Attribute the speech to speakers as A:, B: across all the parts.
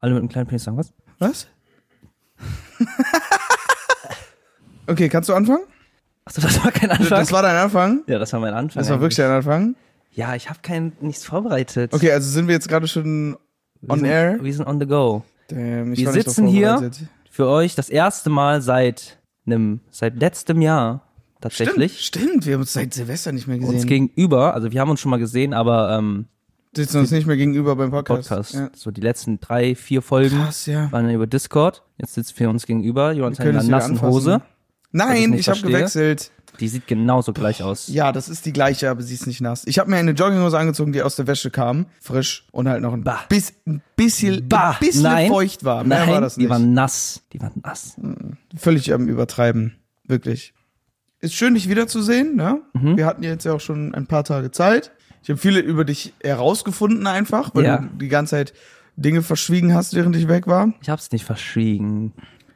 A: Alle mit einem kleinen Penis sagen, was?
B: Was? okay, kannst du anfangen?
A: Achso, das war kein Anfang.
B: Das war dein Anfang.
A: ja, das war mein Anfang.
B: Das war wirklich
A: eigentlich.
B: dein Anfang.
A: Ja, ich habe kein nichts vorbereitet.
B: Okay, also sind wir jetzt gerade schon
A: Wir
B: on
A: sind,
B: air.
A: Wir sind on the go.
B: Damn, ich
A: wir
B: war nicht
A: sitzen
B: drauf
A: hier.
B: vorbereitet.
A: Für euch das erste Mal seit einem, seit letztem Jahr
B: Stimmt,
A: tatsächlich.
B: stimmt, wir haben uns seit Silvester nicht mehr
A: Uns
B: gesehen.
A: gegenüber, also wir haben uns schon mal gesehen, aber ähm,
B: sitzen uns nicht mehr gegenüber beim Podcast.
A: Podcast.
B: Ja.
A: So die letzten drei, vier Folgen
B: Krass, ja.
A: waren dann über Discord. Jetzt sitzen wir uns gegenüber. Jonas hat eine
B: Wir können es wieder
A: nassen
B: anfassen.
A: Hose. ich
B: Nein,
A: nicht
B: ich habe
A: verstehe.
B: gewechselt.
A: Die sieht genauso gleich aus.
B: Ja, das ist die gleiche, aber sie ist nicht nass. Ich habe mir eine Jogginghose angezogen, die aus der Wäsche kam, frisch und halt noch ein,
A: Bah.
B: bis, ein bisschen, ein bisschen
A: nein,
B: feucht war. Mehr
A: nein,
B: war das
A: die
B: nicht. Hm.
A: waren nass. Die waren nass.
B: Völlig am Übertreiben, wirklich. Ist schön, dich wiederzusehen. Ne? Wir hatten jetzt ja auch schon ein paar Tage Zeit. Ich habe viele über dich herausgefunden einfach, weil
A: Ja.
B: du die ganze Zeit Dinge verschwiegen hast, während ich weg war.
A: Ich hab's nicht verschwiegen.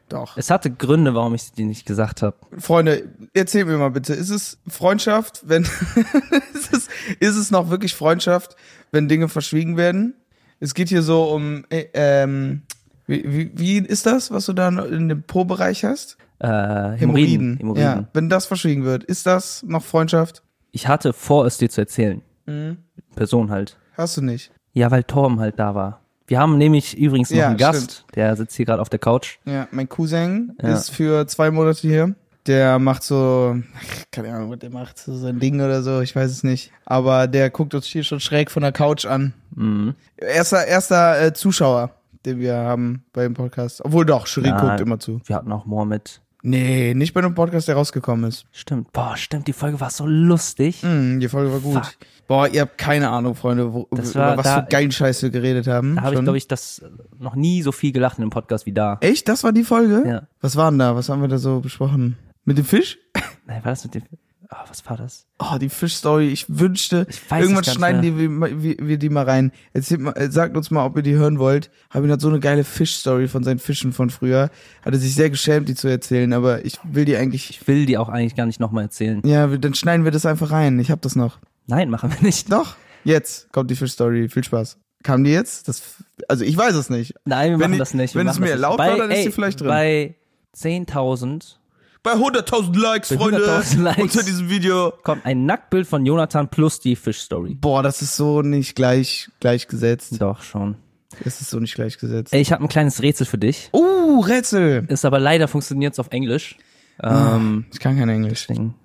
B: Doch.
A: Es hatte Gründe, warum ich die nicht gesagt habe.
B: Freunde, erzähl mir mal bitte, ist es Freundschaft, wenn ist, es, ist es noch wirklich Freundschaft, wenn Dinge verschwiegen werden? Es geht hier so um äh, ähm, wie, wie, wie ist das, was du da in dem Po-Bereich hast?
A: Äh, Hämorrhoiden.
B: Ja, wenn das verschwiegen wird, ist das noch Freundschaft?
A: Ich hatte vor, es dir zu erzählen.
B: Mhm.
A: Person halt.
B: Hast du nicht?
A: Ja, weil Torben halt da war. Wir haben nämlich übrigens noch
B: Ja,
A: einen Gast, der sitzt hier gerade auf der Couch.
B: Ja, mein Cousin
A: Ja.
B: ist für zwei Monate hier. Der macht so, ach, keine Ahnung, was der macht, so sein Ding oder so, ich weiß es nicht. Aber der guckt uns hier schon schräg von der Couch an.
A: Mhm.
B: Erster, erster äh, Zuschauer, den wir haben beim Podcast. Obwohl doch, Shuri
A: Ja.
B: guckt immer zu.
A: Wir hatten auch Mohammed.
B: Nee, nicht bei einem Podcast, der rausgekommen ist.
A: Stimmt. Boah, stimmt, die Folge war so lustig.
B: Hm, die Folge war gut.
A: Fuck.
B: Boah, ihr habt keine Ahnung, Freunde, wo,
A: Das
B: über
A: war
B: was
A: da-
B: für geilen Scheiß wir geredet haben.
A: Da habe ich,
B: schon.
A: glaube ich, das äh, noch nie so viel gelacht in einem Podcast wie da.
B: Echt? Das war die Folge?
A: Ja.
B: Was war denn da? Was haben wir da so besprochen? Mit dem Fisch?
A: Nein, war das mit dem. Ah, was war das?
B: Oh, die Fischstory, ich wünschte,
A: Ich weiß es
B: irgendwann
A: gar nicht
B: schneiden die, wir, wir, wir die mal rein. Erzählt mal, äh, sagt uns mal, ob ihr die hören wollt. Hab ihn hat so eine geile Fischstory von seinen Fischen von früher. Hat er sich sehr geschämt, die zu erzählen, aber ich will die eigentlich.
A: Ich will die auch eigentlich gar nicht nochmal erzählen.
B: Ja, wir- dann schneiden wir das einfach rein. Ich hab das noch.
A: Nein, machen wir nicht.
B: Doch. Jetzt kommt die Fischstory. Viel Spaß. Kam die jetzt? Das, also ich weiß es nicht.
A: Nein, wir
B: Wenn
A: machen
B: ich-
A: das nicht. Wir
B: wenn es
A: machen
B: mir
A: das nicht.
B: erlaubt
A: bei,
B: war, dann ist
A: ey,
B: sie vielleicht drin.
A: Bei 10.000
B: Bei 100.000 Likes,
A: Bei
B: Freunde,
A: 100.000 Likes.
B: unter diesem Video.
A: kommt ein Nacktbild von Jonathan plus die Fischstory.
B: Boah, das ist so nicht gleich, gleichgesetzt.
A: Doch, schon.
B: Das ist so nicht gleichgesetzt.
A: Ey, ich habe ein kleines Rätsel für dich.
B: Uh, Rätsel.
A: Ist aber leider funktioniert es auf Englisch.
B: Ah.
A: Ähm,
B: Ich kann kein Englisch.
A: deswegen,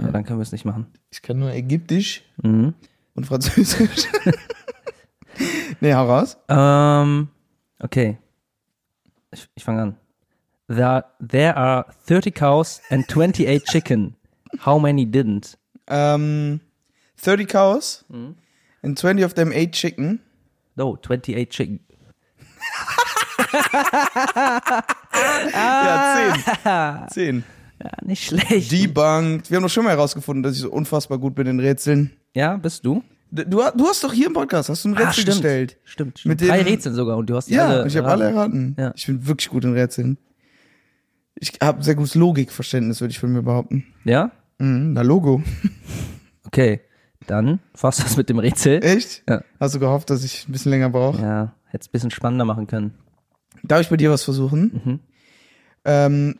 A: ja, dann können wir es nicht machen.
B: Ich kann nur Ägyptisch
A: Mhm.
B: und Französisch. nee, hau raus.
A: Ähm, okay. Ich, ich fange an. There, there are 30 cows and 28 chicken. How many didn't?
B: Ähm, 30 cows and 20 of them ate chicken.
A: No, 28 chicken.
B: Ah. Ja, 10. 10.
A: Ja, nicht schlecht.
B: Debunked. Wir haben doch schon mal herausgefunden, dass ich so unfassbar gut bin in Rätseln.
A: Ja, bist du? Ah,
B: D- Du, ha- du hast doch hier im Podcast, hast du ein Rätsel
A: stimmt.
B: gestellt.
A: Stimmt. stimmt.
B: Mit
A: Drei
B: dem-
A: Rätseln sogar und du hast die
B: Ah, Ja,
A: alle.
B: ich habe alle
A: erraten.
B: erraten.
A: Ja.
B: Ich bin wirklich gut in Rätseln. Ich habe sehr gutes Logikverständnis, würde ich von mir behaupten.
A: Ja?
B: Mhm, na Logo.
A: Okay. Dann fasst das mit dem Rätsel.
B: Echt?
A: Ja.
B: Hast du gehofft, dass ich ein bisschen länger brauche?
A: Ja, hätte ein bisschen spannender machen können.
B: Darf ich bei dir was versuchen?
A: Mhm.
B: Ähm,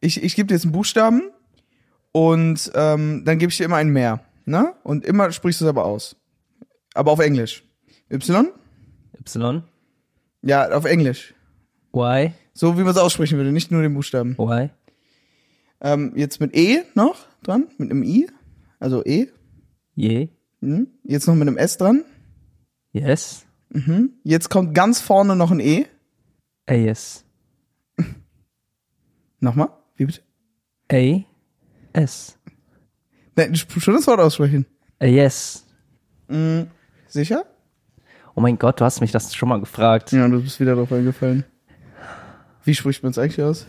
B: ich ich gebe dir jetzt einen Buchstaben und ähm, dann gebe ich dir immer einen mehr. Ne? Und immer sprichst du es aber aus. Aber auf Englisch. Y?
A: Y,
B: Ja, auf Englisch.
A: Y,
B: So wie man es aussprechen würde, nicht nur den Buchstaben.
A: Y,
B: Ähm, jetzt mit E noch dran, mit einem I. Also E.
A: J,
B: Mhm. Jetzt noch mit einem S dran.
A: Yes,
B: Jetzt kommt ganz vorne noch ein E.
A: A, S,
B: Nochmal. Wie bitte?
A: A, S,
B: Nein, schon das Wort aussprechen.
A: A, S.
B: Sicher?
A: Oh mein Gott, du hast mich das schon mal gefragt.
B: Ja, du bist wieder drauf eingefallen. Wie spricht man es eigentlich aus?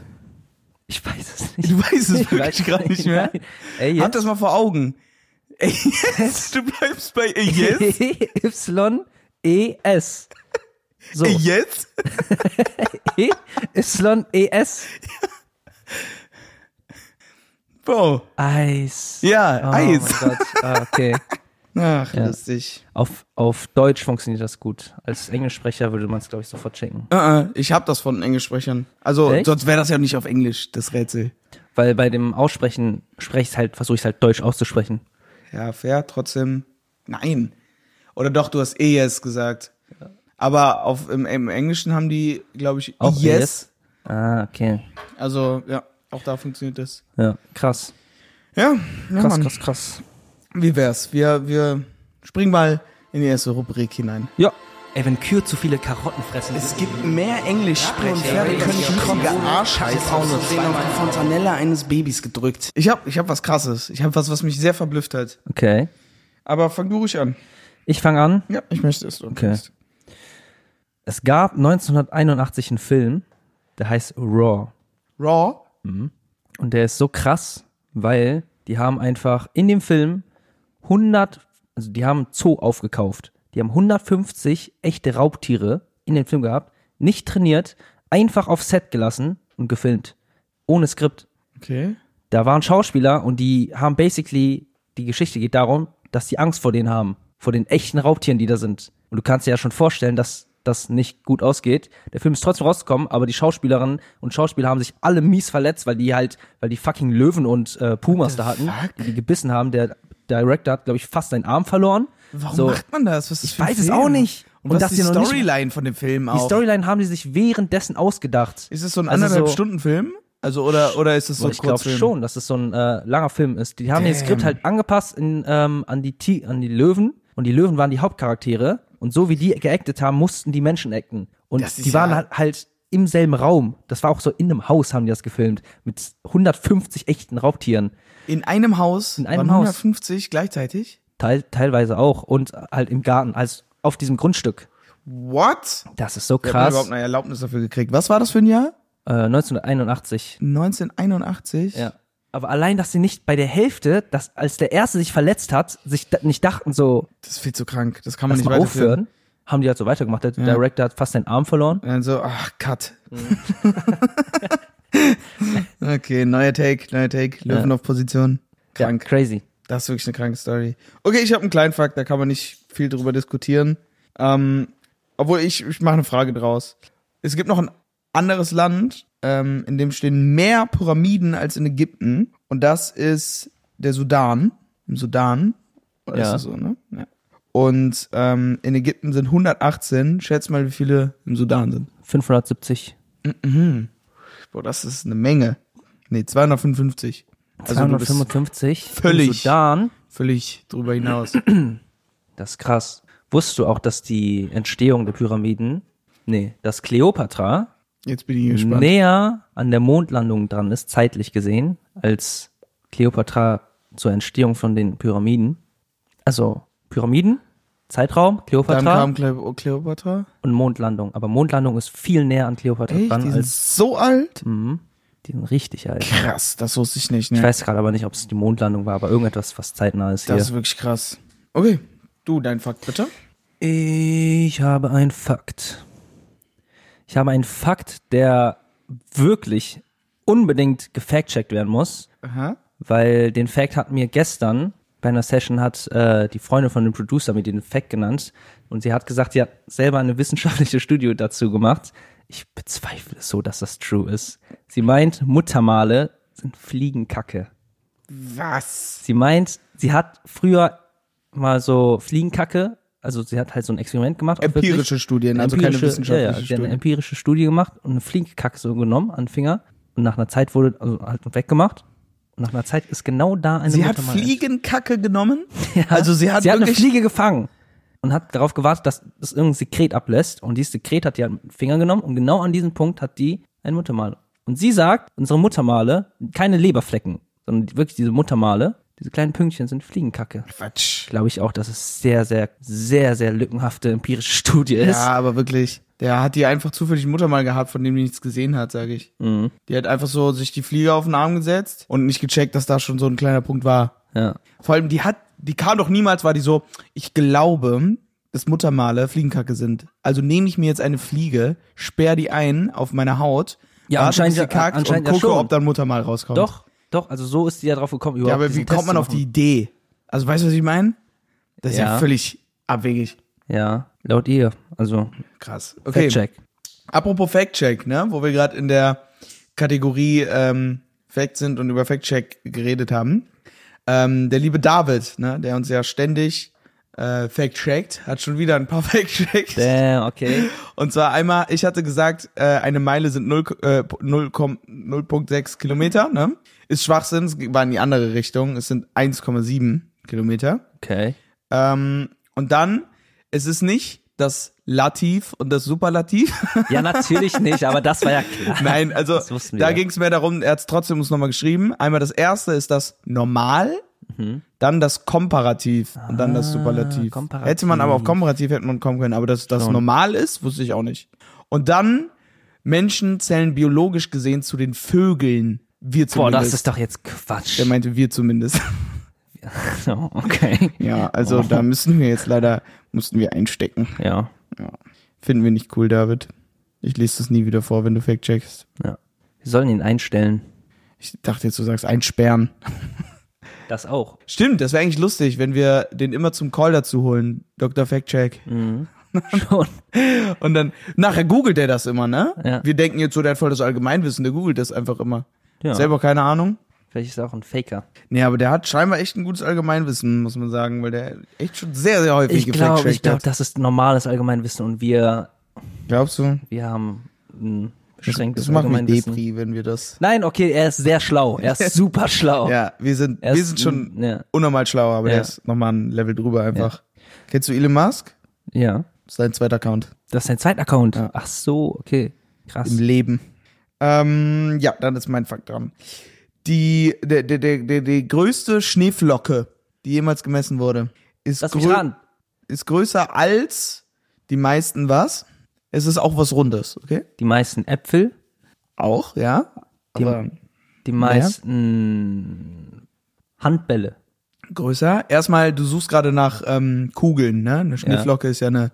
A: Ich weiß es nicht.
B: Du weißt es wirklich
A: weiß
B: gerade nicht mehr.
A: Nein. A, yes.
B: Hab das mal vor Augen. Ey, yes, du bleibst bei ey, yes.
A: Y, E, S. So,
B: Ey, yes?
A: E, Y, E, S.
B: Bro.
A: Eis.
B: Ja,
A: Oh
B: Eis.
A: mein Gott. Oh Ah, okay.
B: Ach,
A: Ja.
B: lustig.
A: Auf, auf Deutsch funktioniert das gut. Als Englischsprecher würde man es, glaube ich, sofort checken.
B: Äh, äh, ich hab das von Englischsprechern. Also,
A: Echt?
B: sonst wäre das ja nicht auf Englisch, das Rätsel.
A: Weil bei dem Aussprechen sprech's halt, versuche ich halt Deutsch auszusprechen.
B: Ja, fair, trotzdem. Nein. Oder doch, du hast eh yes gesagt. Aber auf, im, im Englischen haben die, glaube ich,
A: Auch
B: yes.
A: Ah, okay.
B: Also, ja, auch da funktioniert das.
A: Ja, krass.
B: Ja, ja
A: Krass,
B: Mann.
A: krass, krass.
B: Wie wär's? Wir, wir springen mal in die erste Rubrik hinein.
A: Ja. Ey, wenn Kühe zu viele Karotten fressen,
C: Es gibt mehr Englischsprecher. Pferde können schmutzige Arschheiße aussehen auf die Fontanelle eines Babys gedrückt.
B: Ich hab, ich hab was krasses. Ich hab was, was mich sehr verblüfft hat.
A: Okay.
B: Aber fang du ruhig an.
A: Ich fange an.
B: Ja, ich möchte es.
A: Okay. Es gab 1981 einen Film, der heißt Raw.
B: Raw?
A: Und der ist so krass, weil die haben einfach in dem Film 100, also die haben einen Zoo aufgekauft. Die haben 150 echte Raubtiere in den Film gehabt, nicht trainiert, einfach auf Set gelassen und gefilmt. Ohne Skript.
B: Okay.
A: Da waren Schauspieler und die haben basically, die Geschichte geht darum, dass die Angst vor denen haben. Vor den echten Raubtieren, die da sind. Und du kannst dir ja schon vorstellen, dass das nicht gut ausgeht. Der Film ist trotzdem rausgekommen, aber die Schauspielerinnen und Schauspieler haben sich alle mies verletzt, weil die halt, weil die fucking Löwen und äh, Pumas da hatten, die die gebissen haben. Der Director hat, glaube ich, fast seinen Arm verloren.
B: Warum
A: So.
B: macht man das? Was ist
A: Ich
B: für ein
A: weiß es
B: Film?
A: auch nicht.
B: Und,
A: Und
B: was
A: dass
B: ist die
A: die noch nicht-
B: Storyline von dem Film
A: Die
B: auch?
A: Storyline haben die sich währenddessen ausgedacht.
B: ist es so ein
A: Also
B: anderthalb
A: so-
B: Stunden Film? Also oder oder ist es so
A: Boah,
B: ein
A: ich glaube
B: Kurzfilm?
A: schon, dass es so ein äh, langer Film ist. Die haben den Skript halt angepasst in, ähm, an, die Ti- an die Löwen und die Löwen waren die Hauptcharaktere und so wie die geactet haben, mussten die Menschen acten. Und
B: Das ist
A: die waren
B: ja-
A: halt, halt im selben Raum. Das war auch so in einem Haus haben die das gefilmt mit 150 echten Raubtieren.
B: In einem Haus. In
A: einem
B: waren
A: Haus.
B: 150 gleichzeitig.
A: Teil, teilweise auch und halt im Garten, also auf diesem Grundstück.
B: What?
A: Das ist so
B: Wer hat denn überhaupt
A: krass. Äh,
B: eine Erlaubnis dafür gekriegt? Was war das für ein Jahr?
A: 1981.
B: 1981.
A: Ja. Aber allein, dass sie nicht bei der Hälfte, dass als der erste sich verletzt hat, sich da- nicht dachten so,
B: Das ist viel zu krank. Das kann man
A: Lass
B: nicht
A: mal
B: weiterführen.
A: aufhören. Haben die halt so weitergemacht. Der Director hat fast seinen Arm verloren.
B: Und dann so, ach, cut. okay, neuer Take, neuer Take. Löwen auf Position. Krank.
A: Crazy.
B: Das ist wirklich eine kranke Story. Okay, ich habe einen kleinen Fakt, da kann man nicht viel drüber diskutieren. Ähm, obwohl ich, ich mache eine Frage draus. Es gibt noch ein anderes Land, ähm, in dem stehen mehr Pyramiden als in Ägypten. Und das ist der Sudan. Im Sudan. Oder ist
A: Ja.
B: das so, ne? Ja. Und ähm, in Ägypten sind 118. Schätz mal, wie viele im Sudan sind.
A: 570.
B: Boah, das ist eine Menge. Nee, 255. Also du bist
A: 255.
B: völlig-
A: Im Sudan.
B: völlig drüber hinaus.
A: Das ist krass. Wusstest du auch, dass die Entstehung der Pyramiden, nee, dass Kleopatra
B: Jetzt bin ich gespannt.
A: näher an der Mondlandung dran ist, zeitlich gesehen, als Kleopatra zur Entstehung von den Pyramiden. Also Pyramiden, Zeitraum,
B: Dann
A: Kleopatra
B: kam oh, Kleo- Kleopatra.
A: und Mondlandung. Aber Mondlandung ist viel näher an Kleopatra
B: Echt?
A: dran
B: Die sind
A: als mhm,
B: so alt?
A: die sind richtig alt.
B: Krass, das wusste ich nicht. Ne?
A: Ich weiß gerade aber nicht, ob es die Mondlandung war, aber irgendetwas, was zeitnah ist
B: das ist
A: hier.
B: wirklich krass. Okay, du, dein Fakt bitte.
A: Ich habe einen Fakt. Ich habe einen Fakt, der wirklich unbedingt gefact-checkt werden muss,
B: Aha.
A: weil den Fact hat mir gestern bei einer Session hat äh, die Freundin von dem Producer mir den Fact genannt und sie hat gesagt, sie hat selber eine wissenschaftliche Studie dazu gemacht. Ich bezweifle es so, dass das true ist. Sie meint, Muttermale sind Fliegenkacke.
B: Was?
A: Sie meint, sie hat früher mal so Fliegenkacke, also sie hat halt so ein Experiment gemacht. auf
B: Empirische
A: wirklich-
B: Studien,
A: eine
B: also keine wissenschaftliche
A: ja, ja, Sie hat
B: Studie.
A: eine empirische Studie gemacht und eine Fliegenkacke so genommen an den Finger und nach einer Zeit wurde also halt weggemacht. Und nach einer Zeit ist genau da eine
B: Sie hat
A: Mutter mal-
B: Fliegenkacke genommen? Also sie hat
A: sie hat eine
B: wirklich...
A: Fliege gefangen und hat darauf gewartet, dass es irgendein Sekret ablässt. Und dieses Sekret hat die halt mit dem Finger genommen und genau an diesem Punkt hat die ein Muttermal. Und sie sagt, unsere Muttermale, keine Leberflecken, sondern wirklich diese Muttermale, diese kleinen Pünktchen sind Fliegenkacke.
B: Quatsch.
A: Glaube ich auch, dass es sehr, sehr, sehr, sehr lückenhafte empirische Studie ist.
B: Ja, aber wirklich. Der hat die einfach zufällig Mutter mal gehabt, von dem die nichts gesehen hat, sage ich.
A: Mhm.
B: Die hat einfach so sich die Fliege auf den Arm gesetzt und nicht gecheckt, dass da schon so ein kleiner Punkt war.
A: Ja.
B: Vor allem, die hat, die kam doch niemals, war die so, ich glaube, dass Muttermale Fliegenkacke sind. Also nehme ich mir jetzt eine Fliege, sperr die ein auf meine Haut,
A: Ja,
B: warte, bis
A: anscheinend
B: sie
A: ja-
B: kackt
A: anscheinend
B: und
A: ja
B: gucke,
A: schon.
B: ob da ein Muttermal rauskommt.
A: Doch, doch, also so ist sie ja drauf gekommen.
B: Ja,
A: Überhaupt
B: aber wie
A: diesen
B: kommt
A: Test
B: man
A: zu
B: auf die
A: machen.
B: Idee? Also weißt du, was ich meine? Das ist ja,
A: Ja.
B: völlig abwegig.
A: Ja, laut ihr. Also,
B: Krass.
A: okay.
B: Okay.
A: check.
B: Apropos Fact-Check, ne? Wo wir gerade in der Kategorie ähm, Fact sind und über Fact-Check geredet haben. Ähm, der liebe David, ne? Der uns ja ständig äh, Fact-Checkt, hat schon wieder ein paar Fact-Checks.
A: Damn, okay.
B: Und zwar einmal, ich hatte gesagt, äh, eine Meile sind null, äh, 0, 0,6 Kilometer, ne? Ist Schwachsinn, es war in die andere Richtung, es sind 1,7 Kilometer.
A: Okay.
B: Ähm, und dann, es ist nicht das Lativ und das Superlativ.
A: Ja, natürlich nicht, aber das war ja klar.
B: Nein, also
A: Das wussten wir,
B: da
A: ja.
B: ging es mehr darum, er hat es trotzdem uns nochmal geschrieben. Einmal das erste ist das Normal, dann das Komparativ und dann das Superlativ.
A: Ah, Komparativ.
B: Hätte man aber auf Komparativ hätte man kommen können, aber dass das Normal ist, wusste ich auch nicht. Und dann, Menschen zählen biologisch gesehen zu den Vögeln. Wir zumindest.
A: Boah, das ist doch jetzt Quatsch.
B: Der meinte wir zumindest.
A: So, okay.
B: ja, also da müssen wir jetzt leider, mussten wir einstecken.
A: Ja.
B: Finden wir nicht cool, David. Ich lese das nie wieder vor, wenn du Fact checkst.
A: ja. Wir sollen ihn einstellen.
B: Ich dachte jetzt, du sagst einsperren.
A: Das auch.
B: Stimmt, das wäre eigentlich lustig, wenn wir den immer zum Call dazu holen, Dr. Fact-Check.
A: Mhm. Schon.
B: Und dann, nachher googelt er das immer, ne?
A: Ja.
B: Wir denken jetzt so, der hat voll das Allgemeinwissen, der googelt das einfach immer.
A: Ja.
B: Selber keine Ahnung.
A: Vielleicht ist er auch ein Faker.
B: Nee, aber der hat scheinbar echt ein gutes Allgemeinwissen, muss man sagen, weil der echt schon sehr, sehr häufig
A: Ich glaube, ich
B: gefact-checkt
A: glaube,
B: hat.
A: das ist normales Allgemeinwissen und wir,
B: Glaubst du?
A: wir haben ein
B: Das,
A: beschränktes
B: das macht mich
A: Allgemeinwissen.
B: Depri, wenn wir das.
A: Nein, okay, er ist sehr schlau. Er ist super schlau.
B: Ja, wir sind,
A: Er
B: wir
A: ist-
B: sind schon
A: ja.
B: unnormal schlauer, aber der
A: Oh. Ja.
B: ist nochmal ein Level drüber einfach. Kennst du Elon Musk?
A: ja.
B: Sein zweiter Account.
A: Das ist sein zweiter Account. Ach so, okay. Krass.
B: im Leben. Ähm, ja, dann ist mein Fakt dran. Die, der, der, der, der, die größte Schneeflocke, die jemals gemessen wurde, ist,
A: Lass mich
B: grö-
A: ran.
B: ist größer als die meisten was. Es ist auch was Rundes, okay?
A: Die meisten Äpfel,
B: Auch, ja. Aber
A: die meisten Handbälle.
B: größer. Erstmal, du suchst gerade nach ähm, Kugeln, ne? Eine Schneeflocke ist ja eine,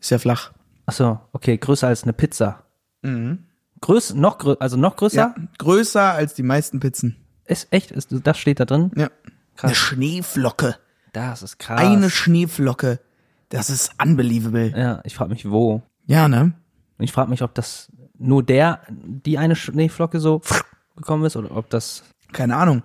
B: ist ja flach.
A: Ach so, okay, größer als eine Pizza. Mhm. Größ, noch grö also noch größer?
B: Ja. Größer als die meisten Pizzen.
A: Ist echt, ist, das steht da drin.
B: Ja.
A: Krass.
C: Eine Schneeflocke.
A: Das ist krass.
B: Eine
C: Eine Schneeflocke. Das ist unbelievable.
A: ja, ich frage mich wo.
B: Ja, ne?
A: Und ich frage mich, ob das nur der, die eine Schneeflocke so gekommen ist oder ob das
B: keine Ahnung.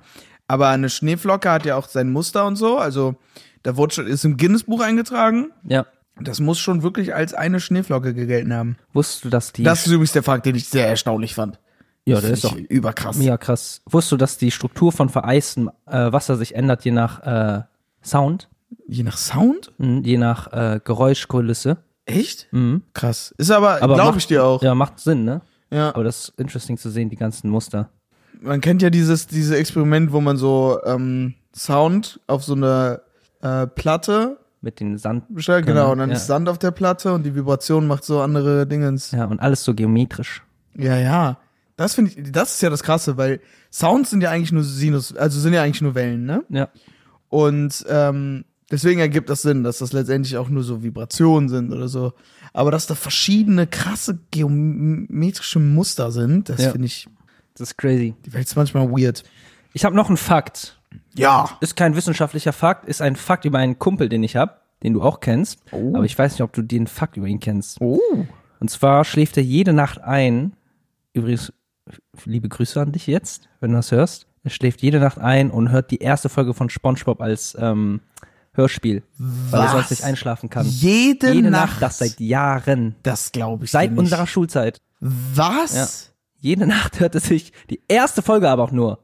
B: Aber eine Schneeflocke hat ja auch sein Muster und so. Also da wurde schon, ist im Guinness-Buch eingetragen.
A: ja.
B: Das muss schon wirklich als eine Schneeflocke gegelten haben.
A: Wusstest du, dass die
C: Das ist übrigens der Fakt, den ich sehr erstaunlich fand.
A: Ja, der ist
C: Finde
A: doch
C: ich überkrass.
A: mega krass. Wusstest du, dass die Struktur von vereistem äh, Wasser sich ändert je nach äh, Sound,
B: Je nach Sound?
A: mhm, je nach äh, Geräuschkulisse?
B: Echt? Krass. Ist aber,
A: Mhm. Aber
B: glaube
A: macht-
B: ich dir auch.
A: Ja, macht Sinn, ne?
B: Ja.
A: Aber das ist interesting zu sehen, die ganzen Muster.
B: Man kennt ja dieses, dieses Experiment, wo man so ähm, Sound auf so eine äh, Platte
A: Mit den Sand.
B: bestellt. Genau, und dann
A: ja.
B: ist Sand auf der Platte und die Vibration macht so andere Dingens.
A: Ja, und alles so geometrisch.
B: Ja, ja. Das finde ich, das ist ja das Krasse, weil Sounds sind ja eigentlich nur Sinus, also sind ja eigentlich nur Wellen, ne?
A: Ja.
B: Und ähm, deswegen ergibt das Sinn, dass das letztendlich auch nur so Vibrationen sind oder so. Aber dass da verschiedene krasse geometrische Muster sind, das
A: Ja.
B: finde ich,
A: Das ist crazy.
B: die Welt ist manchmal weird.
A: Ich habe noch einen Fakt.
C: Ja.
A: Ist kein wissenschaftlicher Fakt, ist ein Fakt über einen Kumpel, den ich habe, den du auch kennst. Aber ich weiß nicht, ob du den Fakt über ihn kennst.
B: Oh.
A: Und zwar schläft er jede Nacht ein. Übrigens, liebe Grüße an dich jetzt, wenn du das hörst. Er schläft jede Nacht ein und hört die erste Folge von SpongeBob als ähm, Hörspiel, weil er
B: Was?
A: sonst nicht einschlafen kann.
B: Jede,
A: jede
B: Nacht,
A: Nacht, das seit Jahren.
B: das glaube ich. dir
A: Seit
B: nicht.
A: unserer Schulzeit.
B: Was?
A: Jede Nacht hört er sich die erste Folge aber auch nur.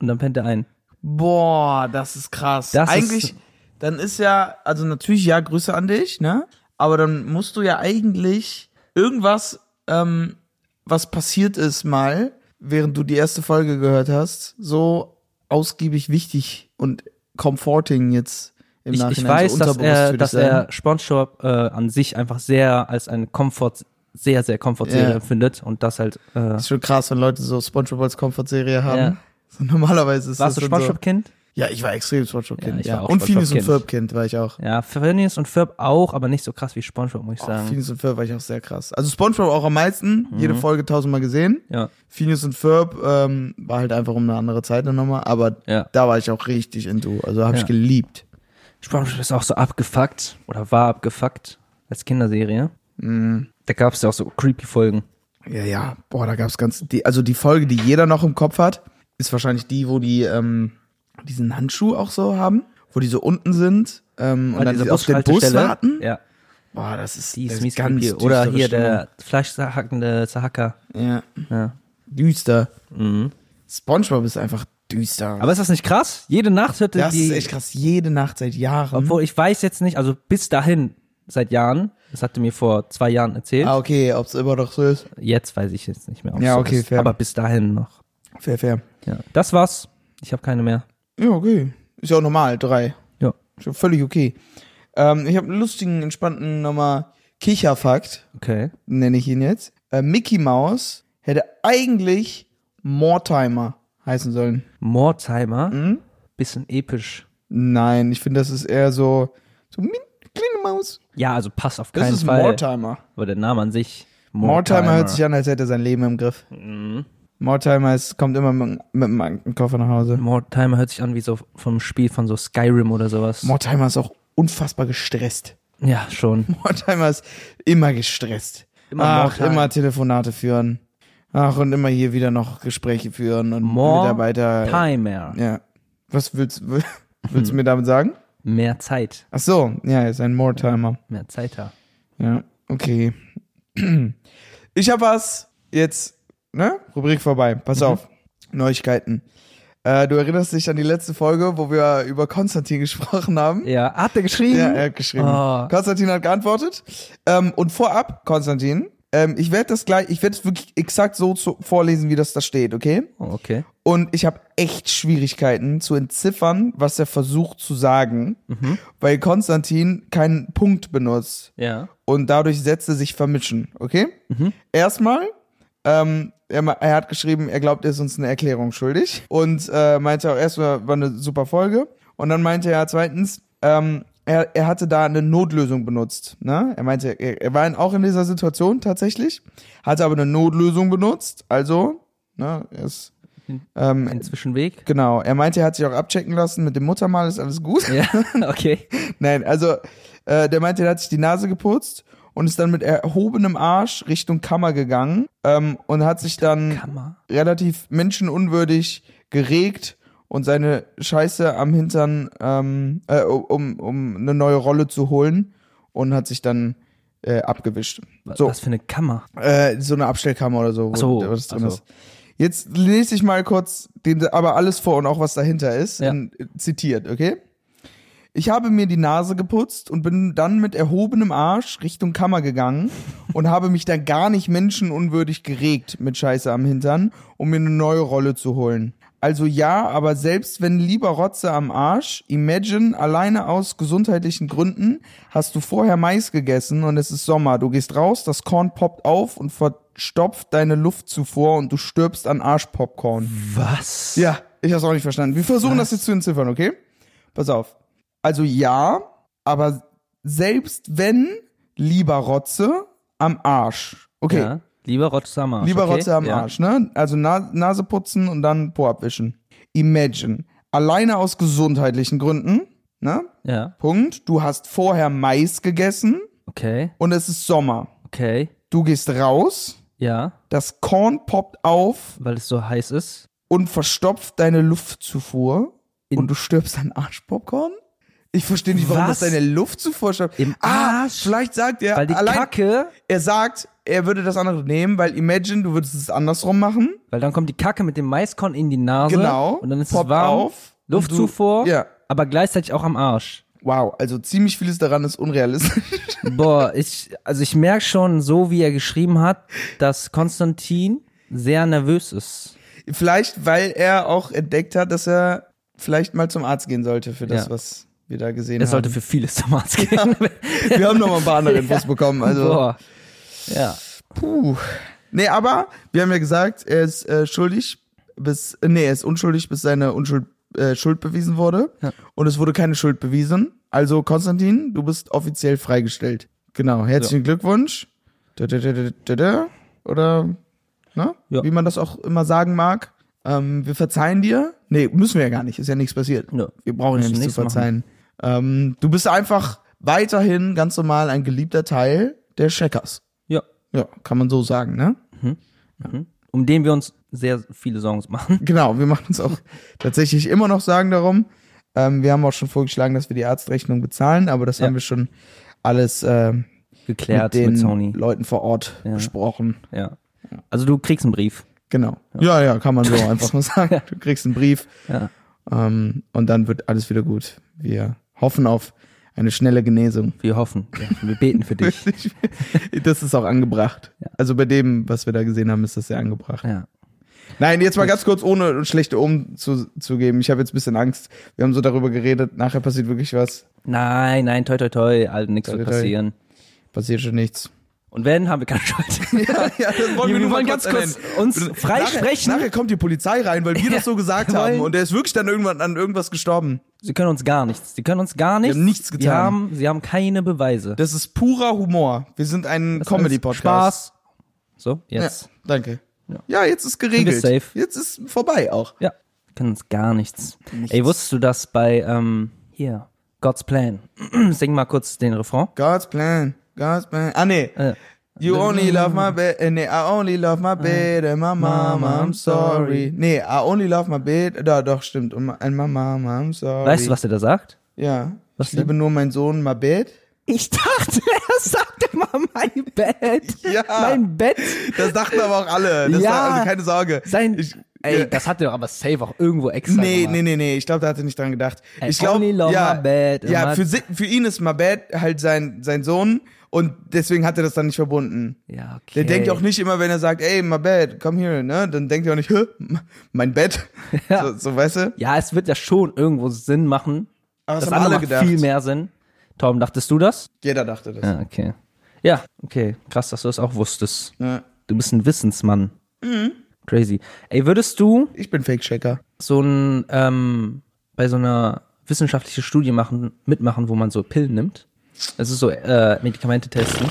A: Und dann pennt er ein.
B: Boah, das ist krass.
A: Das ist-
B: eigentlich, dann ist ja, also natürlich ja, Grüße an dich, ne? Aber dann musst du ja eigentlich irgendwas, ähm, was passiert ist mal, während du die erste Folge gehört hast, so ausgiebig wichtig und comforting jetzt im
A: Ich, ich
B: Nachhinein
A: weiß,
B: so
A: dass
B: unterbewusst für
A: er,
B: dich
A: dass
B: sein.
A: er SpongeBob äh, an sich einfach sehr als eine Komfort, sehr, sehr Komfortserie
B: Ja.
A: empfindet und das halt. Äh,
B: ist schon krass, wenn Leute so SpongeBob als Comfortserie haben.
A: Ja.
B: So, normalerweise ist
A: warst du
B: das dann
A: SpongeBob-Kind?
B: So. Ja, ich war extrem SpongeBob-Kind.
A: Ja,
B: Ja,
A: ich war auch
B: und Phineas und
A: SpongeBob-Kind.
B: Ferb-Kind war ich auch.
A: Ja, Phineas und Ferb auch, aber nicht so krass wie SpongeBob, muss ich
B: Oh,
A: sagen.
B: Phineas und Ferb war ich auch sehr krass. Also Spongebob auch am meisten, jede
A: Mhm.
B: Folge tausendmal gesehen.
A: Ja,
B: Phineas und Ferb ähm, war halt einfach um eine andere Zeit dann nochmal, aber
A: Ja.
B: da war ich auch richtig into, also habe
A: Ja.
B: ich geliebt.
A: SpongeBob ist auch so abgefuckt oder war abgefuckt als Kinderserie.
B: Mhm.
A: Da gab es ja auch so creepy Folgen.
B: Ja, ja. Boah, da gab's ganz. Die, also die Folge, die jeder noch im Kopf hat, ist wahrscheinlich die, wo die ähm, diesen Handschuh auch so haben, wo die so unten sind ähm, und
A: Ah,
B: dann
A: diese
B: auf den Bus
A: Bushaltestelle.
B: warten.
A: Ja,
B: Boah, das ist,
A: die
B: das
A: ist
B: ist
A: mies
B: ganz
A: creepy. Oder
B: düstere
A: hier
B: Stimmung.
A: der fleischhackende Zahacker.
B: Ja.
A: Ja.
B: Düster.
A: Mhm.
B: SpongeBob ist einfach düster.
A: Aber ist das nicht krass? Jede Nacht hörte
B: das
A: die.
B: ist echt krass. Jede Nacht seit Jahren.
A: Obwohl ich weiß jetzt nicht, also bis dahin, seit Jahren, das hatte mir vor zwei Jahren erzählt.
B: ah, okay, ob's immer noch so ist.
A: Jetzt weiß ich jetzt nicht mehr. ob's
B: Ja,
A: so
B: okay,
A: ist.
B: fair.
A: Aber bis dahin noch.
B: Fair, fair.
A: Ja. Das war's. Ich habe keine mehr.
B: Ja, okay. Ist ja auch normal, drei.
A: Ja.
B: Schon völlig okay. Ähm, ich habe einen lustigen, entspannten nochmal Kicherfakt,
A: Okay.
B: nenne ich ihn jetzt. Äh, Mickey Mouse hätte eigentlich Mortimer heißen sollen.
A: Mortimer.
B: Mhm.
A: Bisschen episch.
B: Nein, ich finde, das ist eher so, so min- kleine Maus.
A: Ja, also passt auf
B: Das
A: keinen
B: ist
A: Fall.
B: Mortimer.
A: Aber der Name an sich.
B: Mortimer Mhm. hört sich an, als hätte er sein Leben im Griff. Mortimer ist, kommt immer mit, mit einem Ankenkoffer nach Hause.
A: Mortimer hört sich an wie so vom Spiel von so Skyrim oder sowas.
B: Mortimer ist auch unfassbar gestresst.
A: ja, schon.
B: Mortimer ist immer gestresst.
A: Immer
B: Ach,
A: Mortimer.
B: immer Telefonate führen. Ach, und immer hier wieder noch Gespräche führen und Mitarbeiter.
A: Mortimer.
B: Ja. Was willst, will- willst du mir damit sagen?
A: Mehr Zeit.
B: Ach so, ja, ist ein Mortimer.
A: Mehr Zeiter.
B: Ja, okay. Ich hab was. Jetzt, ne? Rubrik vorbei. Pass
A: Mhm.
B: auf. Neuigkeiten. Äh, du erinnerst dich an die letzte Folge, wo wir über Konstantin gesprochen haben?
A: Ja, hat er geschrieben?
B: Ja, er hat geschrieben.
A: Oh.
B: Konstantin hat geantwortet. Ähm, und vorab, Konstantin, ähm, ich werde das gleich, ich werde es wirklich exakt so zu, vorlesen, wie das da steht, okay?
A: Oh, okay.
B: Und ich habe echt Schwierigkeiten zu entziffern, was er versucht zu sagen, weil Konstantin keinen Punkt benutzt
A: Ja.
B: und dadurch Sätze sich vermischen, okay? Erstmal, ähm, er, ma- er hat geschrieben, er glaubt, er ist uns eine Erklärung schuldig und äh, meinte auch erstmal, war eine super Folge und dann meinte er zweitens, ähm, er, er hatte da eine Notlösung benutzt, ne? Er meinte, er, er war in, auch in dieser Situation tatsächlich, hatte aber eine Notlösung benutzt, also, ne, er ist, ähm,
A: Ein Zwischenweg.
B: genau, er meinte, er hat sich auch abchecken lassen mit dem Muttermal, ist alles gut.
A: Ja, okay.
B: Nein, also äh, der meinte, der hat sich die Nase geputzt und ist dann mit erhobenem Arsch Richtung Kammer gegangen ähm, und hat sich dann
A: Kammer.
B: relativ menschenunwürdig geregt und seine Scheiße am Hintern, ähm, äh, um, um eine neue Rolle zu holen und hat sich dann äh, abgewischt.
A: So.
B: So,
A: Was für eine Kammer.
B: äh, so eine Abstellkammer oder so, wo,
A: so,
B: wo das drin
A: ach so.
B: ist. Jetzt lese ich mal kurz den, aber alles vor und auch was dahinter ist,
A: Ja.
B: in, zitiert, okay? Ich habe mir die Nase geputzt und bin dann mit erhobenem Arsch Richtung Kammer gegangen und habe mich dann gar nicht menschenunwürdig geregt mit Scheiße am Hintern, um mir eine neue Rolle zu holen. Also ja, aber selbst wenn lieber Rotze am Arsch, imagine, alleine aus gesundheitlichen Gründen hast du vorher Mais gegessen und es ist Sommer. Du gehst raus, das Korn poppt auf und verstopft deine Luftzufuhr und du stirbst an Arschpopcorn.
A: Was?
B: Ja, ich hab's auch nicht verstanden. Wir versuchen das jetzt zu entziffern, okay? Pass auf. Also ja, aber selbst wenn, lieber Rotze am Arsch. Okay.
A: Ja. Lieber Rotze am Arsch.
B: Lieber
A: okay?
B: Rotze am
A: ja.
B: Arsch, ne? Also Na Nase putzen und dann Po abwischen. Imagine. Alleine aus gesundheitlichen Gründen, ne?
A: Ja.
B: Punkt. Du hast vorher Mais gegessen
A: Okay.
B: und es ist Sommer.
A: Okay.
B: Du gehst raus,
A: Ja.
B: das Korn poppt auf
A: Weil es so heiß ist.
B: und verstopft deine Luftzufuhr
A: In-
B: und du stirbst an Arschpopcorn? Ich verstehe nicht, warum
A: Was?
B: das deine Luftzufuhr stoppt.
A: Im
B: ah,
A: Arsch?
B: vielleicht sagt er,
A: Weil die
B: allein,
A: Kacke.
B: er sagt, er würde das andere nehmen, weil imagine, du würdest es andersrum machen.
A: Weil dann kommt die Kacke mit dem Maiskorn in die Nase.
B: Genau.
A: Und dann ist
B: Poppt
A: es warm.
B: auf.
A: Luftzufuhr.
B: Und du- ja.
A: Aber gleichzeitig auch am Arsch.
B: Wow, also ziemlich vieles daran ist unrealistisch.
A: Boah, ich, also ich merke schon, so wie er geschrieben hat, dass Konstantin sehr nervös ist.
B: vielleicht, weil er auch entdeckt hat, dass er vielleicht mal zum Arzt gehen sollte für das,
A: Ja.
B: was wir da gesehen
A: Er
B: haben.
A: sollte für vieles zum Arzt gehen.
B: wir haben noch mal ein paar andere Infos bekommen. Also
A: Boah. Ja.
B: Puh. Nee, aber wir haben ja gesagt, er ist äh, schuldig bis äh, nee, er ist unschuldig, bis seine Unschuld äh, Schuld bewiesen wurde
A: Ja.
B: und es wurde keine Schuld bewiesen. Also Konstantin, du bist offiziell freigestellt. Genau, herzlichen Glückwunsch. Da, da, da, da, da, da. Oder ne?
A: Ja.
B: Wie man das auch immer sagen mag. Ähm, wir verzeihen dir. Nee, müssen wir ja gar nicht, ist ja nichts passiert.
A: Nö.
B: Wir brauchen ja
A: Müssen
B: nichts zu
A: nichts machen.
B: verzeihen. Ähm, du bist einfach weiterhin ganz normal ein geliebter Teil der Checkers.
A: Ja.
B: Ja, kann man so sagen, ne?
A: Um den wir uns sehr viele Songs machen.
B: Genau, wir machen uns auch tatsächlich immer noch Sorgen darum. Ähm, wir haben auch schon vorgeschlagen, dass wir die Arztrechnung bezahlen, aber das
A: Ja.
B: haben wir schon alles ähm,
A: Geklärt
B: mit
A: mit,
B: den
A: Sony.
B: Leuten vor Ort besprochen.
A: Ja. Also du kriegst einen Brief.
B: Genau. Ja, ja, kann man so einfach mal sagen. Du kriegst einen Brief
A: Ja.
B: ähm, und dann wird alles wieder gut. Wir hoffen auf eine schnelle Genesung.
A: Wir hoffen. Ja. Wir beten für dich.
B: Das ist auch angebracht. Also bei dem, was wir da gesehen haben, ist das sehr angebracht.
A: Ja.
B: Nein, jetzt mal ganz kurz, ohne schlechte Omen zu, zu geben. Ich habe jetzt ein bisschen Angst. Wir haben so darüber geredet. Nachher passiert wirklich was.
A: Nein, nein, toi toi toi, Alter, nichts
B: Toi,
A: wird
B: toi, toi.
A: passieren.
B: Passiert schon nichts.
A: Und wenn, haben wir keine Schuld.
B: Ja, ja, das
A: Wir
B: nur mal
A: wollen ganz kurz
B: erwähnen.
A: uns
B: Bitte.
A: frei
B: nachher,
A: sprechen.
B: Nachher kommt die Polizei rein, weil wir das so gesagt
A: wir
B: haben.
A: wollen-
B: Und der ist wirklich dann irgendwann an irgendwas gestorben.
A: Sie können uns gar nichts. Sie können uns gar nichts.
B: haben nichts
A: Sie
B: getan.
A: haben, sie haben keine Beweise.
B: Das ist purer Humor. Wir sind ein
A: Das ist alles
B: Comedy-Podcast.
A: Spaß. So, jetzt.
B: Ja, danke. Ja. jetzt ist geregelt.
A: Sind wir safe.
B: Jetzt ist vorbei auch.
A: Ja. Wir können uns gar nichts. Ey, wusstest du das bei, ähm, hier, God's Plan? Sing mal kurz den Refrain.
B: God's plan. God's plan. Ah, nee.
A: Äh,
B: You only love my bed, äh, nee, I only love my bed and my mama, I'm sorry. Nee, I only love my bed, da, doch, stimmt, und my- and my mama, I'm sorry.
A: weißt du, was er da sagt?
B: Ja, ich
A: denn?
B: liebe nur meinen Sohn, my bed.
A: Ich dachte, er sagte mal mein Bett.
B: Ja.
A: Mein Bett.
B: Das dachten aber auch alle, das
A: Ja.
B: war, also keine Sorge.
A: Sein.
B: ich,
A: ey,
B: ja.
A: das hat er aber safe auch irgendwo extra
B: Nee,
A: gemacht.
B: nee, nee, nee, ich glaube, da hat er nicht dran gedacht.
A: I
B: Ich glaube,
A: only love
B: ja,
A: my bed and
B: ja
A: my-
B: für, si- für ihn ist my bed halt sein, sein Sohn und deswegen hat er das dann nicht verbunden.
A: Ja, okay.
B: Der denkt auch nicht immer, wenn er sagt, ey, my bed, come here, ne? Dann denkt er auch nicht, Hä, m- mein Bett.
A: Ja.
B: So, so, weißt du?
A: Ja, es wird ja schon irgendwo Sinn machen.
B: Aber das,
A: das
B: haben
A: andere
B: alle
A: macht
B: gedacht.
A: viel mehr Sinn. Tom, dachtest du das?
B: Jeder dachte das.
A: Ja, okay. Ja, okay. Krass, dass du das auch wusstest.
B: Ja. Mhm.
A: Du bist ein Wissensmann. Crazy. Ey, würdest du
B: Ich bin Fake-Checker.
A: so ein, ähm, bei so einer wissenschaftlichen Studie machen, mitmachen, wo man so Pillen nimmt? Das ist so, äh, Medikamente testen.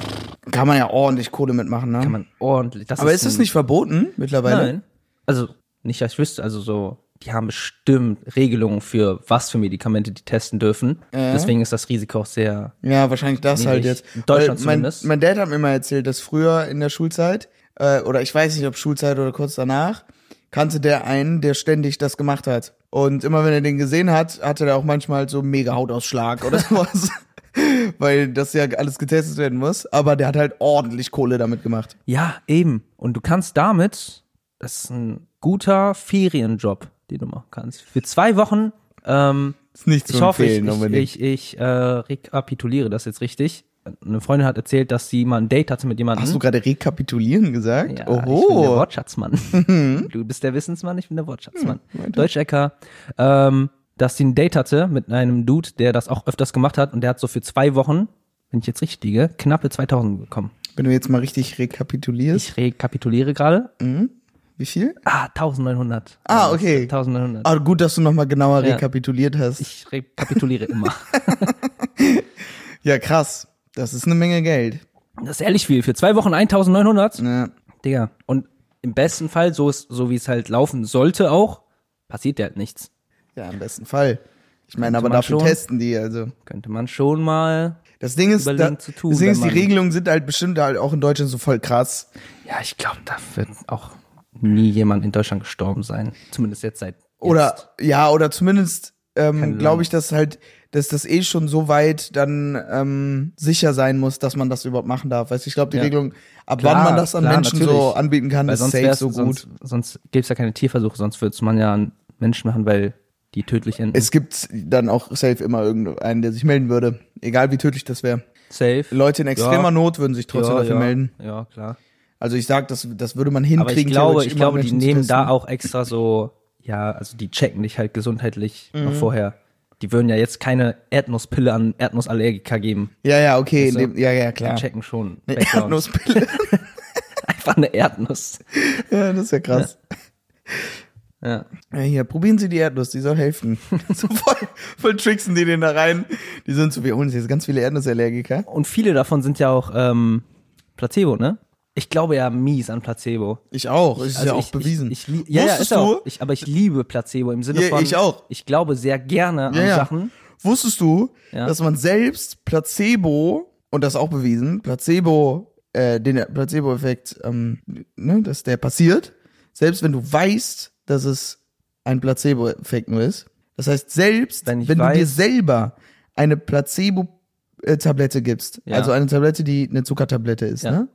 B: Kann man ja ordentlich Kohle mitmachen, ne?
A: Kann man ordentlich. Das
B: Aber ist
A: ein-
B: das nicht verboten mittlerweile?
A: Nein. Also, nicht, dass ich wüsste, also so, die haben bestimmt Regelungen für was für Medikamente die testen dürfen.
B: Äh.
A: Deswegen ist das Risiko auch sehr.
B: Ja, wahrscheinlich das
A: Niedrig.
B: halt jetzt.
A: In Deutschland
B: Weil mein,
A: zumindest.
B: Mein Dad hat mir mal erzählt, dass früher in der Schulzeit, äh, oder ich weiß nicht, ob Schulzeit oder kurz danach, kannte der einen, der ständig das gemacht hat. Und immer wenn er den gesehen hat, hatte der auch manchmal so einen mega Hautausschlag oder sowas. Weil das ja alles getestet werden muss. Aber der hat halt ordentlich Kohle damit gemacht.
A: Ja, eben. Und du kannst damit, das ist ein guter Ferienjob, den du machen kannst. Für zwei Wochen, ähm,
B: Ist nicht zu
A: ich hoffe, ich,
B: empfehlen
A: ich,
B: unbedingt.
A: ich, ich äh, rekapituliere das jetzt richtig. Eine Freundin hat erzählt, dass sie mal ein Date hatte mit jemandem.
B: Hast du gerade rekapitulieren gesagt?
A: Mhm. Ja, ich bin der
B: Oho. Mhm.
A: Wortschatzmann. du bist der Wissensmann, ich bin der Wortschatzmann.
B: Hm,
A: Deutschecker. Ähm, dass sie ein Date hatte mit einem Dude, der das auch öfters gemacht hat und der hat so für zwei Wochen, wenn ich jetzt richtig liege, knappe 2000 bekommen.
B: wenn du jetzt mal richtig rekapitulierst,
A: Ich rekapituliere gerade.
B: wie viel?
A: Ah, 1900.
B: Mhm. Ah,
A: Ja,
B: okay.
A: 1900.
B: Ah, gut, dass du nochmal genauer
A: Ja.
B: rekapituliert hast.
A: Ich rekapituliere immer.
B: Ja, krass. Das ist eine Menge Geld.
A: Das ist ehrlich viel. Für zwei Wochen 1900.
B: Ja.
A: Digga. Und im besten Fall, so, ist, so wie es halt laufen sollte auch, passiert ja halt nichts.
B: Ja, im besten Fall. Ich meine, aber
A: man
B: dafür
A: schon.
B: testen die, also.
A: Könnte man schon mal
B: Das Ding ist,
A: Überlegen
B: da,
A: zu tun,
B: das Ding
A: wenn
B: ist die
A: man-
B: Regelungen sind halt bestimmt halt auch in Deutschland so voll krass.
A: Ja, ich glaube, da wird auch nie jemand in Deutschland gestorben sein. Zumindest jetzt seit. Jetzt.
B: Oder, ja, oder zumindest, ähm,
A: Ahnung.
B: glaube ich, dass halt, dass das eh schon so weit dann ähm, sicher sein muss, dass man das überhaupt machen darf. Weißt du, ich glaube, die
A: Ja.
B: Regelung, ab
A: Klar,
B: wann man das an
A: klar,
B: Menschen so
A: natürlich.
B: anbieten kann,
A: Weil
B: ist
A: sonst
B: safe
A: wär's-
B: so gut.
A: Sonst, sonst gäbe es ja keine Tierversuche, sonst würde man ja an Menschen machen, weil die tödlich enden.
B: Es gibt dann auch safe immer irgendeinen, der sich melden würde. Egal wie tödlich das wäre.
A: safe.
B: Leute in extremer
A: Ja.
B: Not würden sich trotzdem
A: ja,
B: dafür
A: ja.
B: melden.
A: Ja, klar.
B: Also ich sag, das, das würde man
A: Aber ich
B: hinkriegen.
A: glaube,
B: theoretisch
A: ich
B: immer
A: glaube, die
B: Menschen zu
A: nehmen
B: testen.
A: da auch extra so, ja, also die checken dich halt gesundheitlich
B: Mhm.
A: noch vorher. Die würden ja jetzt keine Erdnusspille an Erdnussallergiker geben.
B: Ja, ja, okay.
A: Weißt du?
B: in dem, ja, ja, klar.
A: Die checken schon.
B: Eine
A: Background.
B: Erdnusspille.
A: Einfach eine Erdnuss.
B: ja, das ist ja krass.
A: Ja.
B: Ja, hier, probieren Sie die Erdnuss, die soll helfen. so voll, voll tricksen die den da rein. Die sind so, wir holen uns jetzt ganz viele Erdnussallergiker.
A: Und viele davon sind ja auch ähm, Placebo, ne? Ich glaube ja mies an Placebo. Also
B: Ich auch. Ist ja auch
A: ich,
B: bewiesen.
A: Ich, ich, lie- ja, ja,
B: Wusstest
A: ist auch,
B: du?
A: ich, aber ich liebe Placebo im Sinne
B: Ja,
A: von.
B: ich auch.
A: Ich glaube sehr gerne
B: ja,
A: an
B: ja.
A: Sachen.
B: Wusstest du,
A: Ja.
B: dass man selbst Placebo, und das auch bewiesen, Placebo, äh, den Placebo-Effekt, ähm, ne, dass der passiert, selbst wenn du weißt, dass es ein Placebo-Effekt nur ist. Das heißt, selbst
A: Wenn
B: wenn,
A: ich
B: du dir
A: weiß-
B: selber eine Placebo-Tablette gibst,
A: Ja.
B: also eine Tablette, die eine Zuckertablette ist,
A: Ja.
B: ne?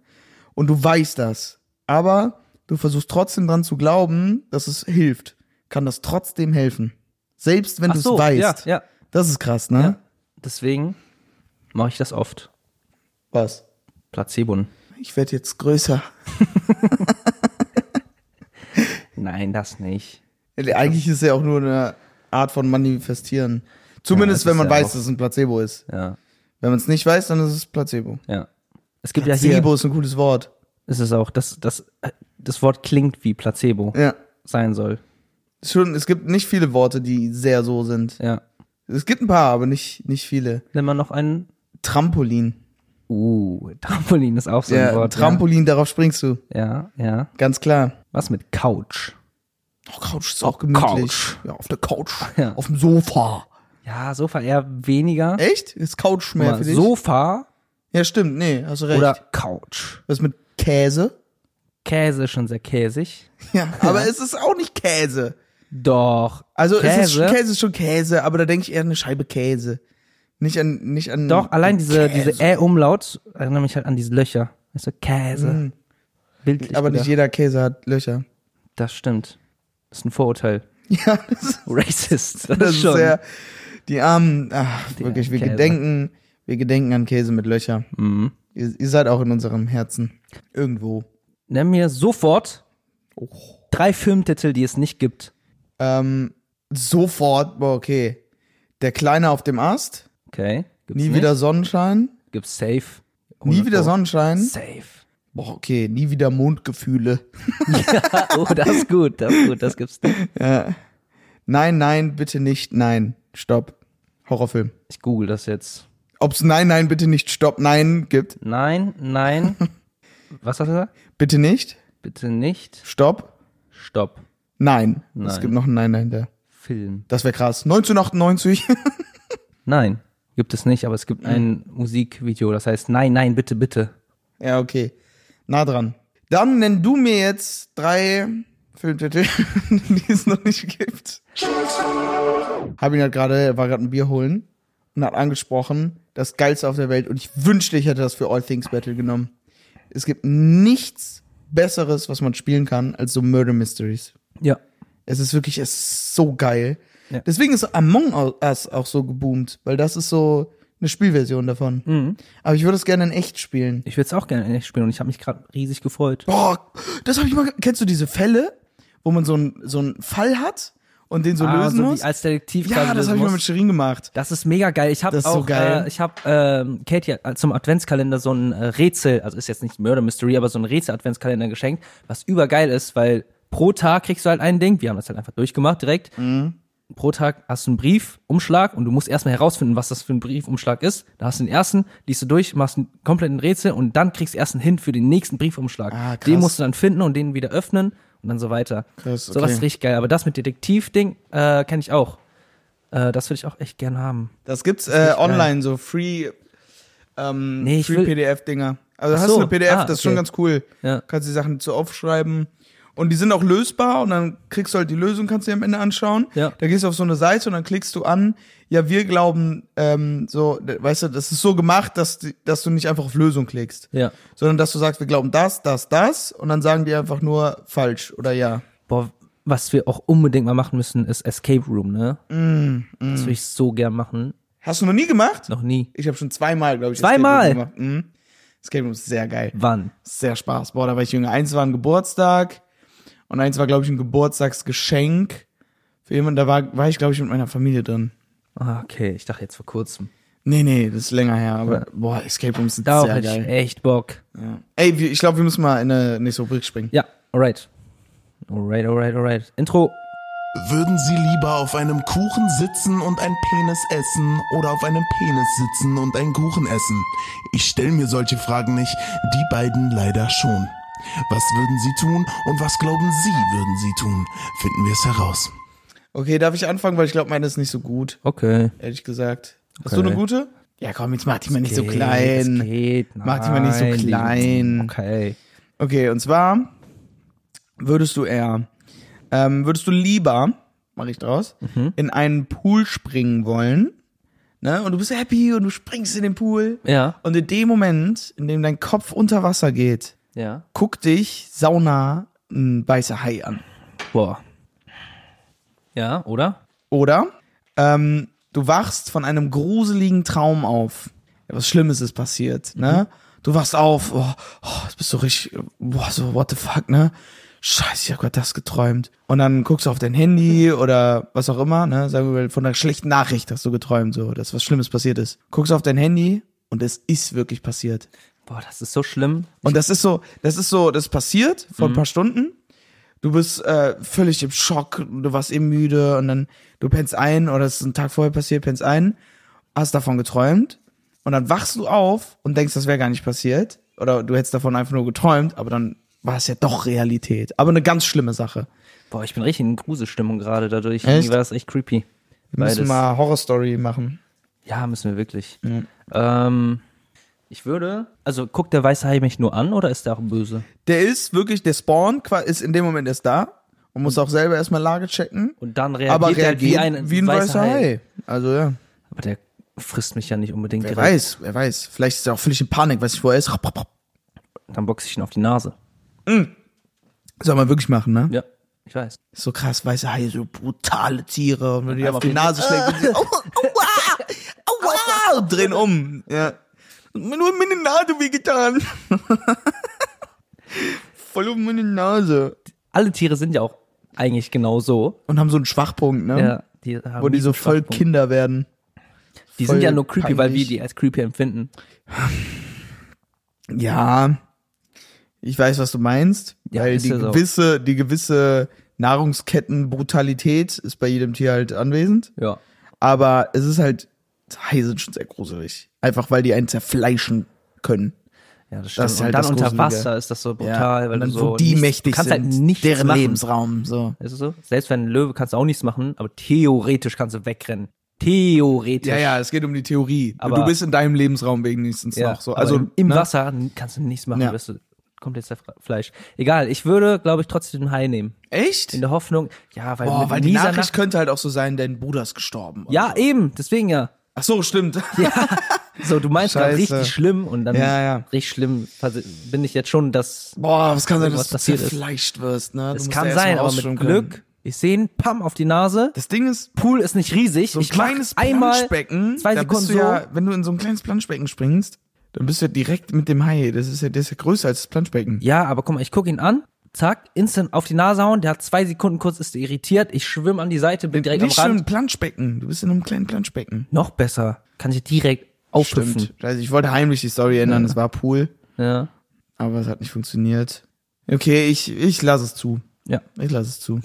B: und du weißt das, aber du versuchst trotzdem dran zu glauben, dass es hilft, kann das trotzdem helfen. Selbst wenn
A: Ach
B: du es
A: so,
B: weißt.
A: ja, ja.
B: Das ist krass, ne?
A: Ja. Deswegen mache ich das oft.
B: Was?
A: Placebon.
B: Ich werde jetzt größer.
A: Nein, das nicht.
B: Eigentlich ist es ja auch nur eine Art von Manifestieren. Zumindest
A: Ja, das
B: wenn man
A: ist ja
B: weiß,
A: auch-
B: dass es ein Placebo ist.
A: Ja,
B: Wenn man es nicht weiß, dann ist es Placebo.
A: ja. Es gibt ja
B: Placebo
A: hier,
B: ist ein gutes Wort.
A: ist es auch, das, das, das Wort klingt wie Placebo
B: Ja.
A: sein soll.
B: Ist Schon, es gibt nicht viele Worte, die sehr so sind.
A: Ja.
B: Es gibt ein paar, aber nicht, nicht viele.
A: Nimm mal noch einen.
B: Trampolin.
A: Uh, Trampolin ist auch so ein
B: Ja,
A: Wort.
B: Trampolin, darauf springst du.
A: Ja, ja. ja.
B: Ganz klar.
A: Was mit Couch?
B: Oh, Couch ist auch gemütlich.
A: Couch.
B: Ja, auf der Couch.
A: Ja.
B: Auf dem Sofa.
A: Ja, Sofa eher weniger.
B: Echt? Ist Couch mehr
A: Aber
B: für dich?
A: Sofa
B: Ja, stimmt. Nee, hast du recht.
A: oder Couch.
B: Was mit Käse?
A: Käse ist schon sehr käsig.
B: Ja, aber es ist auch nicht Käse.
A: Doch.
B: Also Es
A: Käse?
B: ist, Käse ist schon Käse, aber da denke ich eher an eine Scheibe Käse. Nicht an, nicht an.
A: Doch, allein diese,
B: Käse.
A: diese Ä-Umlaut erinnert mich halt an diese Löcher. Weißt du, Käse.
B: Mhm.
A: Bildlich.
B: Aber nicht
A: gedacht.
B: jeder Käse hat Löcher.
A: das stimmt. Das ist ein Vorurteil.
B: Ja, das ist,
A: Racist. Das,
B: das
A: ist
B: ist
A: schon.
B: sehr. Die armen, ach, wirklich, wir
A: Käse.
B: gedenken, wir gedenken an Käse mit Löcher.
A: mhm.
B: Ihr, ihr seid auch in unserem Herzen. Irgendwo.
A: Nenn mir sofort drei Filmtitel, die es nicht gibt.
B: Ähm, sofort, boah, okay. Der Kleine auf dem Ast,
A: Okay. Gibt's
B: nie
A: nicht. Oh,
B: wieder Sonnenschein,
A: Gibt's safe.
B: nie wieder
A: Sonne.
B: Sonnenschein,
A: Safe.
B: boah, okay, nie wieder Mondgefühle.
A: oh, das ist gut, das ist gut, das gibt's nicht.
B: Nein, nein, bitte nicht, nein, stopp. Horrorfilm.
A: Ich google das jetzt.
B: Ob's nein, nein, bitte nicht, stopp, nein gibt,
A: Nein, nein. Was hat er gesagt?
B: bitte nicht,
A: Bitte nicht.
B: stopp,
A: Stopp.
B: nein. Es
A: Nein.
B: gibt noch ein Nein dahinter.
A: Film.
B: Das wäre krass. 1998.
A: Nein, gibt es nicht, aber es gibt ein Musikvideo, das heißt Nein, nein, bitte, bitte.
B: ja, okay. Nah dran. Dann nenn du mir jetzt drei Filmtitel, die es noch nicht gibt. Hab ihn halt gerade, er war gerade ein Bier holen und hat angesprochen, das geilste auf der Welt. Und ich wünschte, ich hätte das für All Things Battle genommen. Es gibt nichts Besseres, was man spielen kann, als so Murder Mysteries.
A: Ja.
B: Es ist wirklich es ist so geil.
A: Ja.
B: Deswegen ist Among Us auch so geboomt, weil das ist so eine Spielversion davon. Aber ich würde es gerne in echt spielen.
A: Ich würde es auch gerne in echt spielen und ich habe mich gerade riesig gefreut.
B: Boah, das habe ich mal. ge- Kennst du diese Fälle, wo man so einen so einen Fall hat und den so lösen
A: Ah, so
B: muss?
A: wie als Detektiv
B: ja,
A: quasi
B: das
A: lösen
B: habe ich mal mit
A: muss.
B: Shirin gemacht.
A: Das ist mega geil. Ich habe
B: Das
A: auch,
B: ist so geil.
A: Äh, ich habe ähm, Kate ja zum Adventskalender so ein äh, Rätsel, also ist jetzt nicht Murder Mystery, aber so ein Rätsel-Adventskalender geschenkt, was übergeil ist, weil pro Tag kriegst du halt ein Ding. Wir haben das halt einfach durchgemacht direkt.
B: Mhm.
A: Pro Tag hast du einen Briefumschlag und du musst erstmal herausfinden, was das für ein Briefumschlag ist. Da hast du den ersten, liest du durch, machst einen kompletten Rätsel und dann kriegst du erst einen Hin für den nächsten Briefumschlag.
B: Ah, krass.
A: Den musst du dann finden und den wieder öffnen und dann so weiter.
B: Krass,
A: So was
B: okay.
A: ist richtig geil. Aber das mit Detektiv-Ding äh, kenne ich auch. Äh, das würde ich auch echt gern haben.
B: Das gibt's
A: ist
B: äh,
A: echt geil.
B: online so free ähm,
A: Nee, ich
B: free
A: will-
B: PDF Dinger. Also
A: Ach
B: hast
A: so,
B: du eine PDF,
A: ah,
B: das ist schon
A: okay.
B: ganz cool.
A: Ja.
B: Kannst die Sachen so aufschreiben und die sind auch lösbar und dann kriegst du halt die Lösung, kannst du dir am Ende anschauen.
A: Ja.
B: Da gehst du auf so eine Seite und dann klickst du an. Ja, wir glauben ähm, so, d- weißt du, das ist so gemacht, dass die, dass du nicht einfach auf Lösung klickst,
A: Ja.
B: sondern dass du sagst, wir glauben das, das, das und dann sagen die einfach nur falsch oder ja.
A: Boah, was wir auch unbedingt mal machen müssen, ist Escape Room, ne?
B: Mm,
A: Das würde ich so gern machen.
B: Hast du noch nie gemacht?
A: Noch nie.
B: Ich habe schon zweimal, glaube ich,
A: Zweimal?
B: Escape Room gemacht. Mhm. Escape Room ist sehr geil.
A: Wann?
B: sehr Spaß. Boah, da war ich jünger. Eins war ein Geburtstag und eins war, glaube ich, ein Geburtstagsgeschenk für jemanden. Da war, war ich, glaube ich, mit meiner Familie drin.
A: Ah, okay, ich dachte jetzt vor kurzem.
B: Nee, nee, das ist länger her. Aber boah, Escape Rooms sind
A: Darauf
B: sehr
A: hätte
B: geil.
A: ich echt Bock.
B: Ja. Ey, wir- ich glaube, wir müssen mal in eine nächste Rubrik springen.
A: Ja, alright. Alright, alright, alright. Intro.
D: Würden Sie lieber auf einem Kuchen sitzen und ein Penis essen oder auf einem Penis sitzen und einen Kuchen essen? Ich stelle mir solche Fragen nicht, die beiden leider schon. Was würden Sie tun und was glauben Sie, würden Sie tun? Finden wir es heraus.
B: Okay, darf ich anfangen, weil ich glaube, meine ist nicht so gut,
A: Okay.
B: ehrlich gesagt. Hast
A: Okay.
B: du eine gute? Ja, komm, jetzt mach die mal nicht so
A: Das
B: klein.
A: geht,
B: Mach die mal nicht so
A: nein, die-
B: klein.
A: Okay.
B: Okay, und zwar würdest du eher, ähm, würdest du lieber, mache ich draus, in einen Pool springen wollen, ne? Und du bist happy und du springst in den Pool.
A: Ja,
B: Und in dem Moment, in dem dein Kopf unter Wasser geht,
A: ja.
B: guck dich saunah ein weißer Hai an.
A: Boah. Ja, oder?
B: Oder ähm, du wachst von einem gruseligen Traum auf. Ja, was Schlimmes ist passiert, ne? Du wachst auf, oh, oh, jetzt bist du richtig, boah, so, what the fuck, ne? Scheiße, ich hab grad das geträumt. Und dann guckst du auf dein Handy oder was auch immer, ne? Sagen wir mal, von einer schlechten Nachricht hast du geträumt, so, dass was Schlimmes passiert ist. Guckst auf dein Handy und es ist wirklich passiert.
A: Boah, das ist so schlimm.
B: Und das ist so, das ist so, das passiert vor
A: Mhm.
B: ein paar Stunden. Du bist äh, völlig im Schock, du warst eben müde und dann du pennst ein oder es ist ein Tag vorher passiert, pennst ein, hast davon geträumt und dann wachst du auf und denkst, das wäre gar nicht passiert oder du hättest davon einfach nur geträumt, aber dann war es ja doch Realität. Aber eine ganz schlimme Sache.
A: Boah, ich bin richtig in Gruselstimmung gerade dadurch.
B: Echt?
A: Irgendwie war das echt creepy.
B: Wir müssen
A: Beides.
B: mal Horrorstory machen.
A: Ja, müssen wir wirklich. Ähm, ich würde. Also guckt der weiße Hai mich nur an oder ist der auch böse?
B: Der ist wirklich, der Spawn qua- ist in dem Moment erst da und muss auch selber erstmal Lage checken.
A: Mhm. Und dann reagiert
B: Aber
A: er wie
B: reagiert
A: ein,
B: wie ein weißer Hai. Also ja.
A: Aber der frisst mich ja nicht unbedingt
B: Wer
A: direkt.
B: weiß, wer weiß. Vielleicht ist er auch völlig in Panik, weiß nicht, wo er ist.
A: Dann boxe ich ihn auf die Nase.
B: Soll man wirklich machen, ne?
A: Ja, ich weiß.
B: Ist So krass, weiße Haie, so brutale Tiere. Und wenn du die auf die oh, Nase
A: Ah!
B: schlägst, sind sie, aua, ah! aua, aua, und drehen um. Ja. Nur um meine Nase wehgetan. Voll um meine Nase.
A: Alle Tiere sind ja auch eigentlich genau so.
B: Und haben so einen Schwachpunkt, ne?
A: Ja, die haben
B: Wo die so
A: einen
B: voll
A: Schwachpunkt.
B: Kinder werden.
A: Die sind
B: voll
A: ja nur creepy, weil wir
B: peinlich.
A: die als creepy empfinden.
B: Ja, ich weiß, was du meinst,
A: Ja,
B: weil
A: ist
B: die
A: ja so.
B: gewisse, die gewisse Nahrungskettenbrutalität ist bei jedem Tier halt anwesend.
A: Ja.
B: Aber es ist halt, Haie sind schon sehr gruselig. Einfach weil die einen zerfleischen können.
A: Ja, das stimmt.
B: Das ist
A: und
B: halt
A: dann
B: das
A: unter
B: Gruselige.
A: Wasser ist das so brutal, weil
B: und dann,
A: du so
B: wo die
A: nichts-
B: mächtig
A: du kannst
B: sind,
A: halt nichts
B: deren
A: machen.
B: Lebensraum, so.
A: Weißt du so? Selbst wenn ein Löwe kannst du auch nichts machen, aber theoretisch kannst du wegrennen. Theoretisch.
B: Ja, ja, es geht um die Theorie.
A: Aber-
B: du bist in deinem Lebensraum wenigstens
A: Ja,
B: noch so.
A: aber
B: Also
A: im, im
B: ne?
A: Wasser kannst du nichts machen,
B: Ja.
A: wirst du komplett zerfleisch. Egal, ich würde, glaube ich, trotzdem einen Hai nehmen.
B: Echt?
A: In der Hoffnung, ja, weil,
B: Boah,
A: mit
B: weil die
A: mieser
B: Nachricht
A: Nacht-
B: könnte halt auch so sein, dein Bruder ist gestorben.
A: Ja, eben, deswegen ja.
B: Ach so, stimmt.
A: So, du meinst gerade
B: Scheiße.
A: richtig schlimm und dann
B: Ja, ja.
A: richtig schlimm versi- bin ich jetzt schon das.
B: Boah, es kann sein, dass
A: Irgendwas
B: du
A: passiert ist.
B: zerfleischt wirst, ne? Du
A: Es
B: musst
A: kann
B: da erst mal
A: sein, aber
B: rausschwimmen
A: mit
B: können.
A: Glück, ich sehe ihn, pam, auf die Nase.
B: Das Ding ist,
A: Pool ist nicht riesig.
B: so ein
A: ich mach
B: kleines
A: einmal
B: Planschbecken,
A: zwei
B: da
A: Sekunden
B: bist du
A: so.
B: ja, wenn du in so ein kleines Planschbecken springst, dann bist du ja direkt mit dem Hai. Das ist ja, der ist ja größer als das Planschbecken.
A: Ja, aber guck mal, ich gucke ihn an, zack, instant auf die Nase hauen, der hat zwei Sekunden kurz, ist irritiert, ich schwimme an die Seite, bin direkt
B: Nicht
A: am Rand.
B: schon ein Planschbecken. Du bist in einem kleinen Planschbecken.
A: Noch besser, kann ich direkt aufhüpfen.
B: Scheiße, ich wollte heimlich die Story ändern. Es war Pool,
A: Ja.
B: aber es hat nicht funktioniert. Okay, ich, ich lasse es zu.
A: ja,
B: Ich lasse es zu.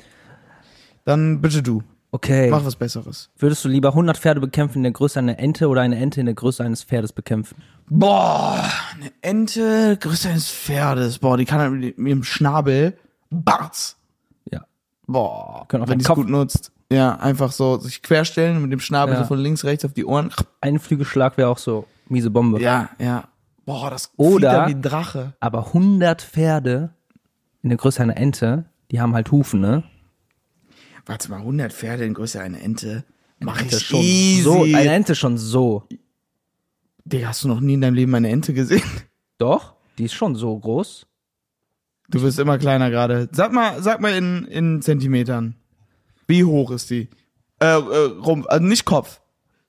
B: Dann bitte du.
A: okay.
B: Mach was Besseres.
A: Würdest du lieber 100 Pferde bekämpfen in der Größe einer Ente oder eine Ente in der Größe eines Pferdes bekämpfen?
B: Boah, eine Ente, Größe eines Pferdes. Boah, die kann halt mit mit ihrem Schnabel. Barts.
A: Ja.
B: Boah,
A: Können auch
B: wenn
A: den
B: die es
A: Kopf-
B: gut nutzt. Ja, einfach so sich querstellen und mit dem Schnabel
A: Ja.
B: so von links, rechts auf die Ohren.
A: Ein Flügelschlag wäre auch so miese Bombe.
B: Ja, ja. Boah, das
A: Oder-
B: fliegt dann wie ein Drache.
A: Aber 100 Pferde in der Größe einer Ente, die haben halt Hufen, ne?
B: Warte mal, 100 Pferde in Größe einer Ente. Mach
A: Das
B: ich
A: ist schon
B: easy.
A: so, eine Ente schon so.
B: Digga, hast du noch nie in deinem Leben eine Ente gesehen?
A: Doch, die ist schon so groß.
B: Du wirst immer kleiner gerade. Sag mal, sag mal in, in Zentimetern. Wie hoch ist die? Äh, äh, Rumpf, also nicht Kopf,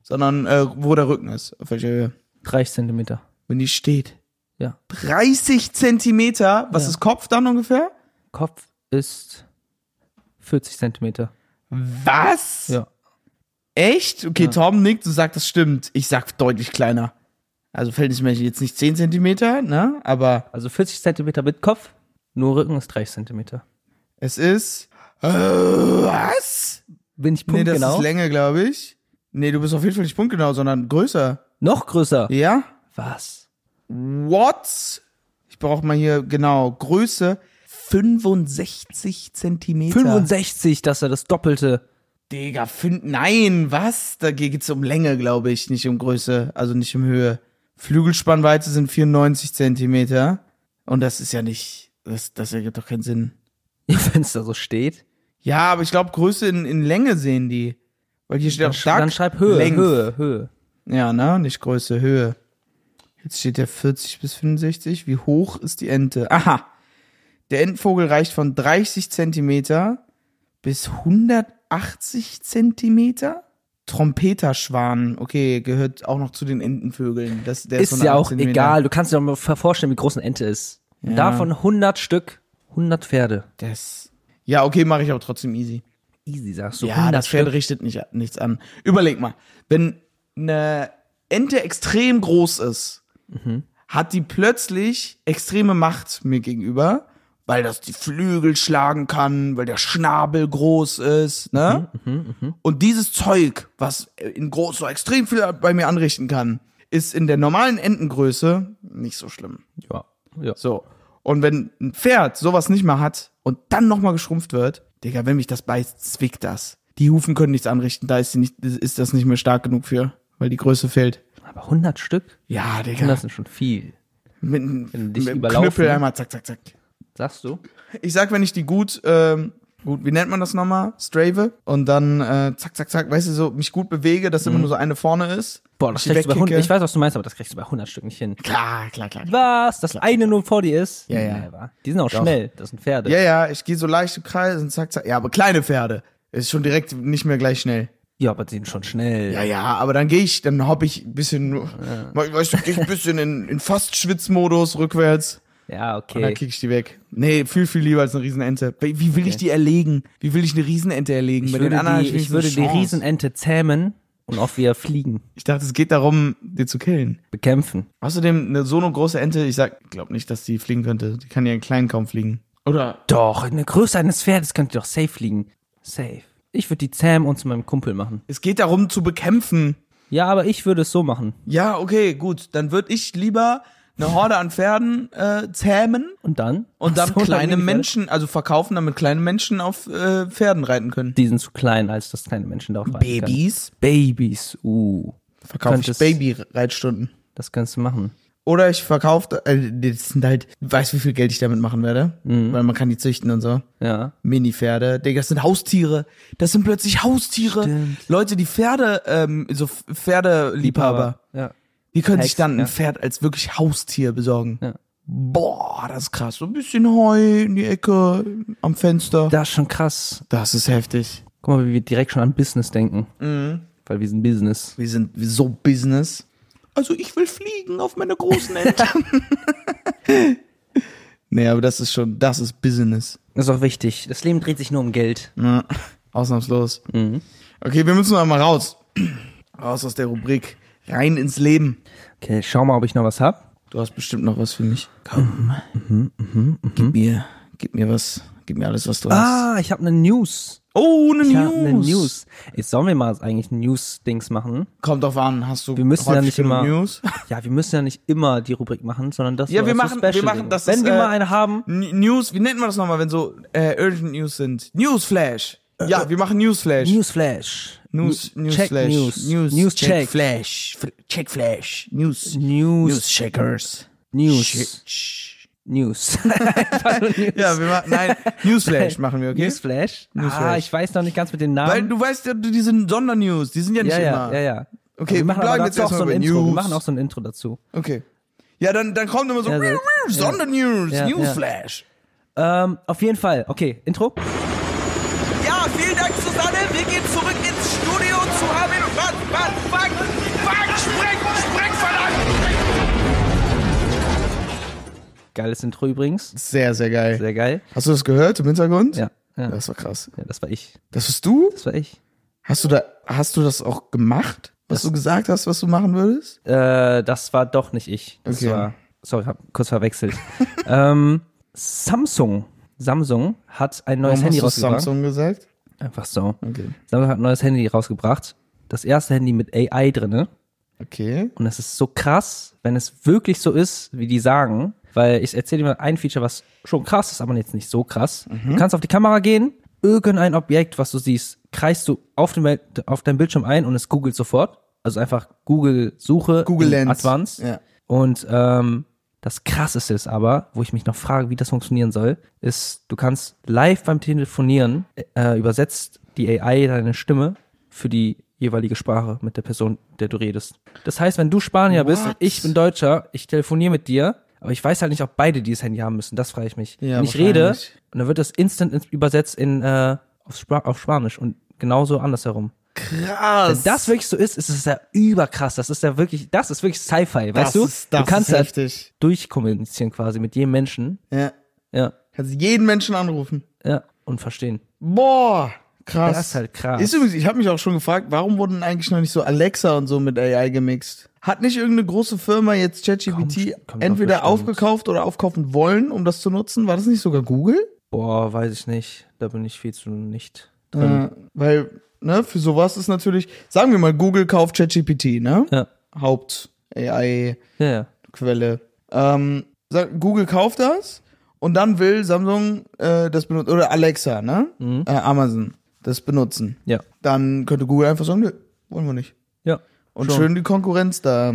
B: sondern äh, wo der Rücken ist. Auf welcher Höhe.
A: 30 Zentimeter.
B: Wenn die steht.
A: Ja.
B: 30 Zentimeter. Was ist Kopf dann ungefähr?
A: Kopf ist 40 Zentimeter.
B: Was?
A: Ja.
B: Echt? Okay, Tom nickt und sagt, das stimmt. Ich sag deutlich kleiner. Also verhältnismäßig jetzt nicht 10 Zentimeter, ne? Aber
A: Also 40 Zentimeter mit Kopf, nur Rücken ist 30 Zentimeter.
B: es ist. Äh, was? genau.
A: Bin ich
B: nee, das
A: punktgenau?
B: ist Länge, glaube ich. Nee, du bist auf jeden Fall nicht punktgenau, sondern größer.
A: Noch größer.
B: Ja?
A: Was?
B: What? Ich brauche mal hier genau Größe 65 Zentimeter.
A: 65, das ist ja das Doppelte.
B: Digga, fünf, nein, was? Da geht es um Länge, glaube ich, nicht um Größe, also nicht um Höhe. Flügelspannweite sind 94 Zentimeter. Und das ist ja nicht, das, das ergibt doch keinen Sinn.
A: Wenn es da so steht.
B: Ja, aber ich glaube, Größe in, in Länge sehen die. Weil hier steht
A: Dann,
B: auch stark.
A: dann schreib Höhe,
B: Length.
A: Höhe, Höhe.
B: Ja, ne? Nicht Größe, Höhe. Jetzt steht ja 40 bis 65. Wie hoch ist die Ente? Aha. Der Entvogel reicht von 30 Zentimeter bis 180 Zentimeter? Trompeterschwan, okay, gehört auch noch zu den Entenvögeln. Das, der
A: Ist
B: von
A: ja
B: 8
A: auch
B: Zentimeter.
A: egal. Du kannst dir doch mal vorstellen, wie groß eine Ente ist. Und
B: Ja.
A: Davon 100 Stück, 100 Pferde.
B: Das, ja, okay, mache ich auch trotzdem easy.
A: Easy, sagst du.
B: Ja,
A: 100
B: das Pferd
A: Stück.
B: richtet nicht, nichts an. Überleg mal, wenn eine Ente extrem groß ist, hat die plötzlich extreme Macht mir gegenüber, weil das die Flügel schlagen kann, weil der Schnabel groß ist, ne? Und dieses Zeug, was in groß so extrem viel bei mir anrichten kann, ist in der normalen Entengröße nicht so schlimm.
A: Ja, ja.
B: So. Und wenn ein Pferd sowas nicht mal hat und dann nochmal geschrumpft wird, Digga, wenn mich das beißt, zwickt das. Die Hufen können nichts anrichten, da ist, sie nicht, ist das nicht mehr stark genug für, weil die Größe fehlt.
A: Aber 100 Stück?
B: Ja, Digga.
A: 100 sind schon viel.
B: Mit, mit
A: du dich
B: einem
A: überlaufen- ne?
B: Knüppel einmal, zack, zack, zack.
A: Sagst du?
B: Ich sag, wenn ich die gut, ähm, gut, wie nennt man das nochmal? Strave. Und dann, äh, zack, zack, zack, weißt du, so mich gut bewege, dass immer nur so eine vorne ist.
A: Mhm. Boah, das
B: mich
A: kriegst du bei 100.
B: wegkicke.
A: Ich weiß, was du meinst, aber das kriegst du bei 100 Stück nicht hin.
B: Klar, klar, klar.
A: Was? Dass eine nur vor dir ist?
B: Ja, ja.
A: Never. Die sind auch schnell. Das sind Pferde.
B: Ja, ja, ich gehe so leicht im Kreis und zack, zack. Ja, aber kleine Pferde. Ist schon direkt nicht mehr gleich schnell.
A: Ja, aber die sind schon schnell.
B: Ja, ja, aber dann gehe ich, dann hopp ich ein bisschen, we- weißt du, geh ich ein bisschen in, in fast Schwitzmodus rückwärts.
A: Ja,
B: Und dann
A: okay.
B: kick ich die weg. Nee, viel, viel lieber als eine Riesenente. Wie wie will ich die erlegen? Wie will ich eine Riesenente erlegen?
A: Ich
B: Bei
A: würde,
B: den anderen hab
A: die, ich
B: wenigstens
A: würde
B: eine
A: die
B: Chance.
A: Riesenente zähmen und auch wieder fliegen.
B: Ich dachte, es geht darum, die zu killen.
A: Bekämpfen.
B: Außerdem, eine, so eine große Ente, ich sag, glaub nicht, dass die fliegen könnte. Die kann ja in kleinen kaum fliegen. Oder?
A: Doch, eine Größe eines Pferdes könnte doch safe liegen. Safe. Ich würde die zähmen und zu meinem Kumpel machen.
B: Es geht darum, zu bekämpfen.
A: Ja, aber ich würde es so machen.
B: Ja, okay, gut. Dann würde ich lieber eine Horde an Pferden äh, zähmen
A: Und dann?
B: Und dann
A: So lange
B: kleine
A: die Pferde-
B: Menschen, also verkaufen, damit kleine Menschen auf äh, Pferden reiten können.
A: Die sind zu klein, als dass kleine Menschen darauf reiten können.
B: Babys.
A: Babys. Uh.
B: Verkaufe ich
A: Könntest-
B: Baby-Reitstunden.
A: Das kannst du machen.
B: Oder ich verkaufe, äh, das sind halt, weiß wie viel Geld ich damit machen werde,
A: Mhm.
B: weil man kann die züchten und so.
A: Ja.
B: Mini-Pferde, Digga, das sind Haustiere. Das sind plötzlich Haustiere.
A: Stimmt.
B: Leute, die Pferde, ähm, so F- Pferdeliebhaber,
A: Ja.
B: die können sich
A: Hex,
B: dann ein
A: ja.
B: Pferd als wirklich Haustier besorgen.
A: Ja.
B: Boah, das ist krass. So ein bisschen Heu in die Ecke, am Fenster.
A: Das ist schon krass.
B: Das ist heftig.
A: Guck mal, wie wir direkt schon an Business denken.
B: Mhm.
A: Weil wir sind Business.
B: Wir sind so Business. Also ich will fliegen auf meiner großen Ente. nee, aber das ist schon, das ist Business.
A: Das ist auch wichtig. Das Leben dreht sich nur um Geld.
B: Ja, ausnahmslos.
A: Mhm.
B: Okay, wir müssen mal raus. Raus aus der Rubrik. Rein ins Leben.
A: Okay, schau mal, ob ich noch was hab.
B: Du hast bestimmt noch was für mich. Komm.
A: Mhm,
B: Gib mir, gib mir was. Gib mir alles, was du hast.
A: Ah, ich hab ne News.
B: Oh, eine
A: Ich
B: News.
A: hab ne News. Jetzt sollen wir mal eigentlich News-Dings machen.
B: Kommt drauf an, hast du
A: Wir müssen ja
B: häufig
A: nicht
B: genug
A: immer.
B: News?
A: Ja, wir müssen ja nicht immer die Rubrik machen, sondern das
B: Ja,
A: so
B: wir
A: als
B: machen-
A: so Special
B: wir machen
A: Ding.
B: das
A: Wenn
B: ist,
A: wir
B: äh,
A: mal eine haben,
B: N- News, wie nennt man das nochmal, wenn so äh, Urgent News sind? Newsflash.
A: Äh,
B: Ja, wir machen Newsflash.
A: Newsflash.
B: News,
A: N-
B: Newsflash.
A: Check News.
B: News,
A: Check.
B: Flash. Fl- Check Flash. News.
A: News.
B: Newscheckers.
A: News.
B: Sch-
A: News. Einfach nur News.
B: Ja, wir machen, nein, Newsflash machen wir, okay?
A: Newsflash. Ah,
B: Newsflash.
A: ich weiß noch nicht ganz mit den Namen.
B: Weil du weißt ja, diese Sondernews, die sind ja nicht
A: ja, ja,
B: immer.
A: ja, ja. Also
B: Okay,
A: wir machen
B: wir bleiben
A: aber
B: jetzt
A: dazu auch
B: erstmal
A: so
B: bei
A: ein Intro.
B: News.
A: Wir machen auch so ein Intro dazu.
B: Okay. Ja, dann, dann kommt immer so,
A: Ja, so-
B: "Wiu, wiu,
A: ja.
B: Sondernews,
A: Ja, ja.
B: Newsflash.
A: Ähm, auf jeden Fall. Okay, Intro.
E: Ja, vielen Dank, Susanne. Wir gehen zurück ins Studio zu Armin. Mann, Mann, Mann, Mann, spreng, spreng, verdammt!
A: Geiles Intro übrigens.
B: Sehr, sehr geil.
A: Sehr geil.
B: Hast du das gehört im Hintergrund?
A: Ja, ja.
B: Das war krass.
A: ja das war ich.
B: Das bist du?
A: Das war ich.
B: Hast du da, hast du das auch gemacht? Was du gesagt hast, was du machen würdest?
A: Äh, das war doch nicht ich. Das
B: Okay.
A: war, sorry, hab kurz verwechselt. ähm, Samsung. Samsung hat ein neues
B: Warum
A: Handy
B: hast du
A: rausgebracht.
B: Samsung gesagt?
A: Einfach so.
B: Okay.
A: Samsung hat halt ein neues Handy rausgebracht. Das erste Handy mit AI drinne.
B: Okay.
A: Und das ist so krass, wenn es wirklich so ist, wie die
B: Mhm.
A: sagen. Weil ich erzähle dir mal ein Feature, was schon krass ist, aber jetzt nicht so krass. Du kannst auf die Kamera gehen irgendein Objekt, was du siehst, kreist du auf, dem, Wel- auf deinem Bildschirm ein und es googelt sofort. Also einfach Google-Suche,
B: Google
A: in
B: Lens.
A: Advanced.
B: Ja.
A: Und ähm, das Krasseste ist aber, wo ich mich noch frage, wie das funktionieren soll, ist, du kannst live beim Telefonieren äh, übersetzt die AI deine Stimme für die jeweilige Sprache mit der Person, mit der du redest. Das heißt, wenn du Spanier bist und
B: What?
A: ich bin Deutscher, ich telefoniere mit dir, aber ich weiß halt nicht, ob beide dieses Handy haben müssen. Das frage ich mich.
B: Ja,
A: wenn ich rede
B: wahrscheinlich.
A: und dann wird das instant ins- übersetzt in äh, auf, Spra auf Spanisch und genauso andersherum. Wenn
B: Krass.
A: das wirklich so ist, ist es ja überkrass. Das ist ja wirklich, das ist wirklich Sci-Fi,
B: Das
A: weißt du?
B: Ist, das
A: du kannst
B: ist
A: halt
B: heftig.
A: durchkommunizieren quasi mit jedem Menschen.
B: Ja.
A: Ja,
B: Kannst jeden Menschen anrufen.
A: ja, und verstehen.
B: Boah, krass.
A: Das ist halt krass.
B: Ist übrigens, ich habe mich auch schon gefragt, warum wurden eigentlich noch nicht so Alexa und so mit AI gemixt? Hat nicht irgendeine große Firma jetzt ChatGPT
A: Kommt- kommt doch
B: entweder
A: bestimmt.
B: aufgekauft oder aufkaufen wollen, um das zu nutzen? War das nicht sogar Google?
A: Boah, weiß ich nicht. Da bin ich viel zu nicht drin.
B: Äh, weil, ne, für sowas ist natürlich, sagen wir mal, Google kauft ChatGPT, ne?
A: Ja,
B: Haupt-AI-Quelle.
A: ja, ja.
B: Ähm, sag- Google kauft das und dann will Samsung äh, das benutzen, oder Alexa, ne?
A: Mhm.
B: Äh, Amazon das benutzen.
A: Ja,
B: Dann könnte Google einfach sagen, nö, wollen wir nicht.
A: ja.
B: Und
A: Schon.
B: schön die Konkurrenz da.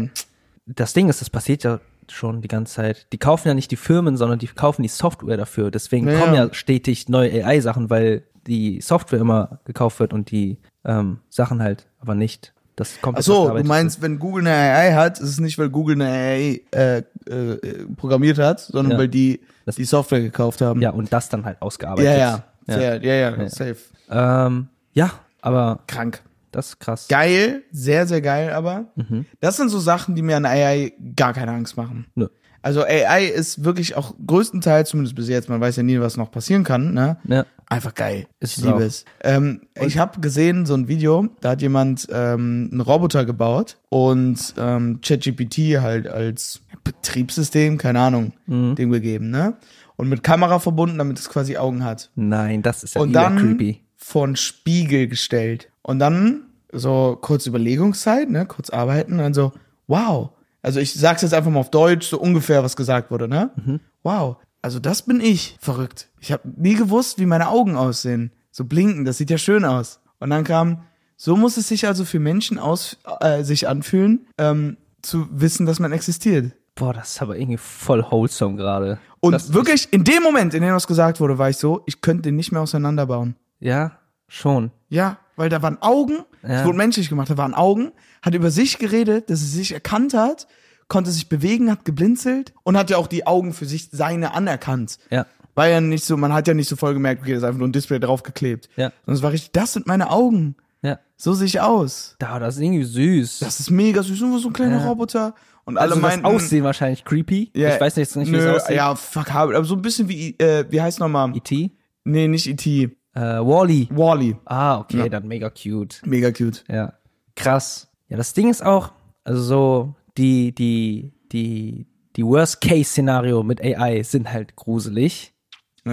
A: Das Ding ist, das passiert ja schon die ganze Zeit. Die kaufen ja nicht die Firmen, sondern die kaufen die Software dafür. Deswegen
B: Ja,
A: kommen
B: ja.
A: ja stetig neue AI-Sachen, weil die Software immer gekauft wird und die ähm, Sachen halt, aber nicht. Das kommt
B: Ach
A: erst
B: so, du
A: verarbeitet
B: meinst, wenn Google eine AI hat, ist es nicht, weil Google eine AI äh, äh, programmiert hat, sondern
A: Ja.
B: weil die
A: Das-
B: die Software gekauft haben.
A: wird. Ja, und das dann halt ausgearbeitet.
B: ja, ja.
A: Ja,
B: Sehr, ja, ja, safe.
A: Ähm, ja aber
B: Krank.
A: das ist krass.
B: Geil, sehr, sehr geil, aber
A: Mhm.
B: das sind so Sachen, die mir an AI gar keine Angst machen.
A: Nö.
B: Also AI ist wirklich auch größtenteils, zumindest bis jetzt, man weiß ja nie, was noch passieren kann, ne?
A: Ja.
B: Einfach geil. Ich
A: es
B: liebe
A: auch.
B: es. Ähm, ich habe gesehen so ein Video, da hat jemand ähm, einen Roboter gebaut und ähm, ChatGPT halt als Betriebssystem, keine Ahnung,
A: Mhm.
B: dem gegeben, ne? Und mit Kamera verbunden, damit es quasi Augen hat
A: Nein, das ist ja
B: und
A: wieder
B: dann
A: creepy.
B: vor einen Spiegel gestellt. Und dann so kurz Überlegungszeit, ne, kurz arbeiten und dann so, wow. Also ich sag's jetzt einfach mal auf Deutsch, so ungefähr, was gesagt wurde, ne?
A: Mhm.
B: Wow. Also das bin ich. Verrückt. Ich habe nie gewusst, wie meine Augen aussehen. So blinken, das sieht ja schön aus. Und dann kam, so muss es sich also für Menschen aus, äh, sich anfühlen, ähm, zu wissen, dass man existiert.
A: Boah, das ist aber irgendwie voll wholesome gerade.
B: Und
A: das,
B: wirklich in dem Moment, in dem das gesagt wurde, war ich so, ich könnte den nicht mehr auseinanderbauen.
A: Ja, schon.
B: Ja, weil da waren Augen, es
A: Ja.
B: wurde menschlich gemacht, da waren Augen, hat über sich geredet, dass es sich erkannt hat, konnte sich bewegen, hat geblinzelt und hat ja auch die Augen für sich seine anerkannt.
A: Ja.
B: War ja nicht so, man hat ja nicht so voll gemerkt, okay, da ist einfach nur ein Display draufgeklebt.
A: Ja.
B: Sondern es war richtig, das sind meine Augen,
A: Ja.
B: so sehe ich aus.
A: Da, das ist irgendwie süß.
B: Das ist mega süß, nur so ein kleiner
A: Ja.
B: Roboter. Und alle
A: also das
B: meinen,
A: Aussehen wahrscheinlich creepy. ich weiß jetzt nicht, wie
B: nö,
A: es aussieht.
B: Ja, fuck, aber so ein bisschen wie, äh, wie heißt nochmal?
A: E.T.
B: Nee, nicht E E.T.,
A: Äh, Wally.
B: Wally.
A: Ah, okay, dann mega cute.
B: Mega cute.
A: Ja. Krass. Ja, das Ding ist auch, also so, die, die, die, die Worst-Case-Szenario mit AI sind halt gruselig.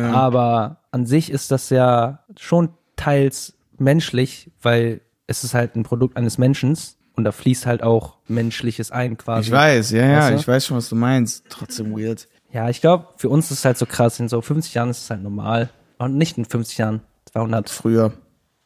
A: Aber an sich ist das ja schon teils menschlich, weil es ist halt ein Produkt eines Menschen und da fließt halt auch Menschliches ein quasi.
B: Ich weiß, ja, ja,
A: Weißt du?
B: ich weiß schon, was Also, du meinst. Trotzdem weird.
A: Ja, ich glaube, für uns ist es halt so krass. In so 50 Jahren ist es halt normal. Und nicht in 50 Jahren, 200.
B: Früher.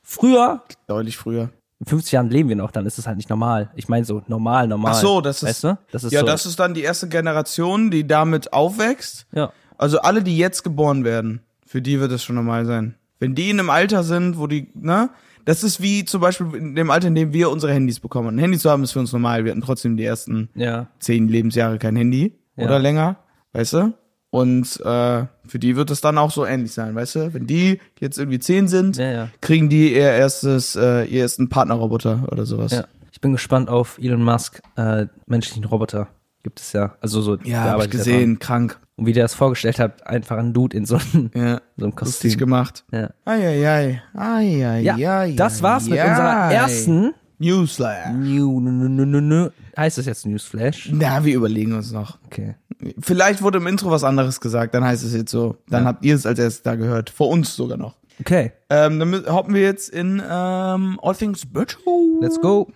A: Früher,
B: Deutlich früher.
A: in 50 Jahren leben wir noch, dann ist es halt nicht normal. Ich meine so normal, normal.
B: Ach so, das ist.
A: Weißt du? Das ist
B: ja,
A: so.
B: das ist dann die erste Generation, die damit aufwächst.
A: ja.
B: Also alle, die jetzt geboren werden, für die wird das schon normal sein. Wenn die in einem Alter sind, wo die, ne? Das ist wie zum Beispiel in dem Alter, in dem wir unsere Handys bekommen. Ein Handy zu haben ist für uns normal. Wir hatten trotzdem die ersten
A: Ja.
B: zehn Lebensjahre kein Handy
A: Ja.
B: oder länger, weißt du? Und äh, für die wird das dann auch so ähnlich sein, weißt du? Wenn die jetzt irgendwie zehn sind,
A: Ja, ja.
B: kriegen die ihr erstes, äh, ihr ersten Partnerroboter oder sowas.
A: ja. Ich bin gespannt auf Elon Musk, äh, menschlichen Roboter. Gibt es ja. Also so. der
B: Ja, hab ich
A: arbeitet
B: gesehen,
A: daran.
B: krank.
A: Und wie der das vorgestellt hat, einfach ein Dude in so einem,
B: Ja.
A: so einem Kostüm.
B: Lustig gemacht.
A: Ja.
B: Eieiei. Eieiei.
A: Ja, das war's mit
B: ei.
A: unserer ersten
B: Newsletter.
A: New, Mhm. nu- nu- nu- nu- heißt es jetzt Newsflash?
B: Na, wir überlegen uns noch.
A: Okay.
B: Vielleicht wurde im Intro was anderes gesagt, dann heißt es jetzt so. Dann habt ihr es als erstes da gehört. Vor uns sogar noch.
A: Okay,
B: Ähm, dann mü- hoppen wir jetzt in ähm, All Things Virtual.
A: let's go.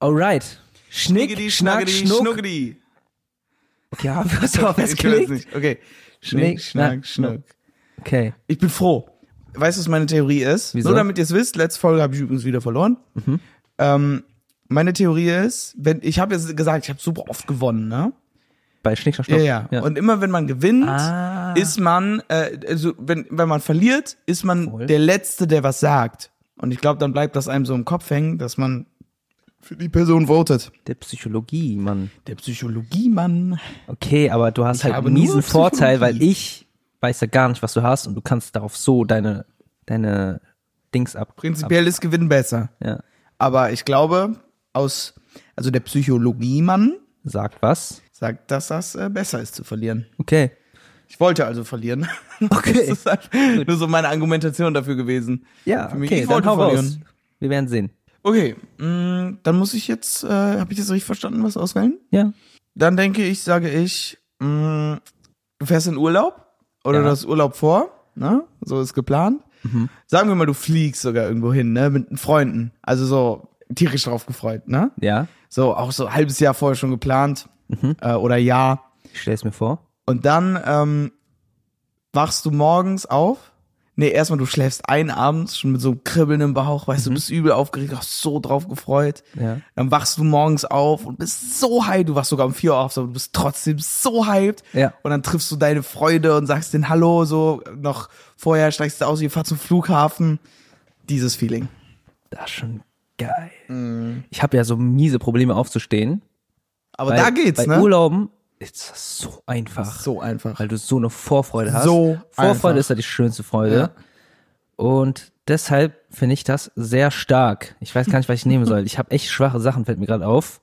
A: Alright. Schnick, Schnack, Schnuck.
B: schnuckidi.
A: Okay, haben wir uns aber
B: Ich weiß
A: festgelegt.
B: nicht. Okay.
A: Schnick,
B: Schnick,
A: schnack,
B: schnack, schnuck.
A: Okay.
B: Ich bin froh. Weißt du, was meine Theorie ist?
A: Wieso? Mhm.
B: Nur damit ihr es wisst, letzte Folge habe ich übrigens wieder verloren. Ähm, meine Theorie ist, wenn ich habe jetzt gesagt, ich habe super oft gewonnen, ne?
A: Bei Schnick, Schnack,
B: Ja,
A: Schnuck.
B: ja, Und immer wenn man gewinnt,
A: Ah.
B: ist man, äh, also wenn, wenn man verliert, ist man
A: Voll.
B: der Letzte, der was sagt. Und ich glaube, dann bleibt das einem so im Kopf hängen, dass man für die Person votet.
A: Der Psychologie, Mann.
B: Der Psychologiemann.
A: Okay, aber du hast halt
B: habe
A: einen miesen
B: nur
A: Vorteil, weil
B: Psychologie.
A: ich weiß ja gar nicht, was du hast und du kannst darauf so deine, deine Dings ab.
B: Prinzipiell ist Gewinn besser.
A: Ab, ja.
B: Aber ich glaube, aus, also der Psychologiemann
A: Sagt was?
B: sagt, dass das äh, besser ist zu verlieren.
A: Okay.
B: Ich wollte also verlieren.
A: Okay.
B: das ist halt nur so meine Argumentation dafür gewesen.
A: Ja,
B: Für mich-
A: okay,
B: ich
A: dann
B: wollte
A: hau raus.
B: verlieren.
A: Wir werden sehen.
B: Okay, mh, dann muss ich jetzt, äh, habe ich das richtig verstanden, was auswählen?
A: Ja.
B: Dann denke ich, sage ich, mh, du fährst in Urlaub oder
A: Ja.
B: du hast Urlaub vor, ne? So ist geplant. Sagen wir mal, du fliegst sogar irgendwo hin, ne? Mit Freunden. Also so tierisch drauf gefreut, ne?
A: Ja.
B: So, auch so ein halbes Jahr vorher schon geplant äh, oder Jahr.
A: Ich stelle es mir vor.
B: Und dann ähm, wachst du morgens auf. Nee, erstmal du schläfst ein abends schon mit so einem Kribbeln im Bauch, weißt du, bist übel aufgeregt, hast so drauf gefreut.
A: Mhm. Ja.
B: Dann wachst du morgens auf und bist so hyped. Du wachst sogar um vier Uhr auf, aber du bist trotzdem so hyped.
A: Ja.
B: Und dann triffst du deine Freunde und sagst den Hallo, so noch vorher steigst du aus, ihr fahrt zum Flughafen. Dieses Feeling.
A: Das ist schon geil.
B: Mm.
A: Ich habe ja so miese Probleme aufzustehen.
B: Aber
A: Bei-
B: da geht's,
A: bei Ähm.
B: ne?
A: Urlauben ist das so einfach.
B: So einfach.
A: Weil du so eine Vorfreude hast.
B: So
A: Vorfreude
B: einfach.
A: ist ja die schönste Freude. Und deshalb finde ich das sehr stark. Ich weiß gar nicht, was ich nehmen soll. Ich habe echt schwache Sachen, fällt mir gerade auf.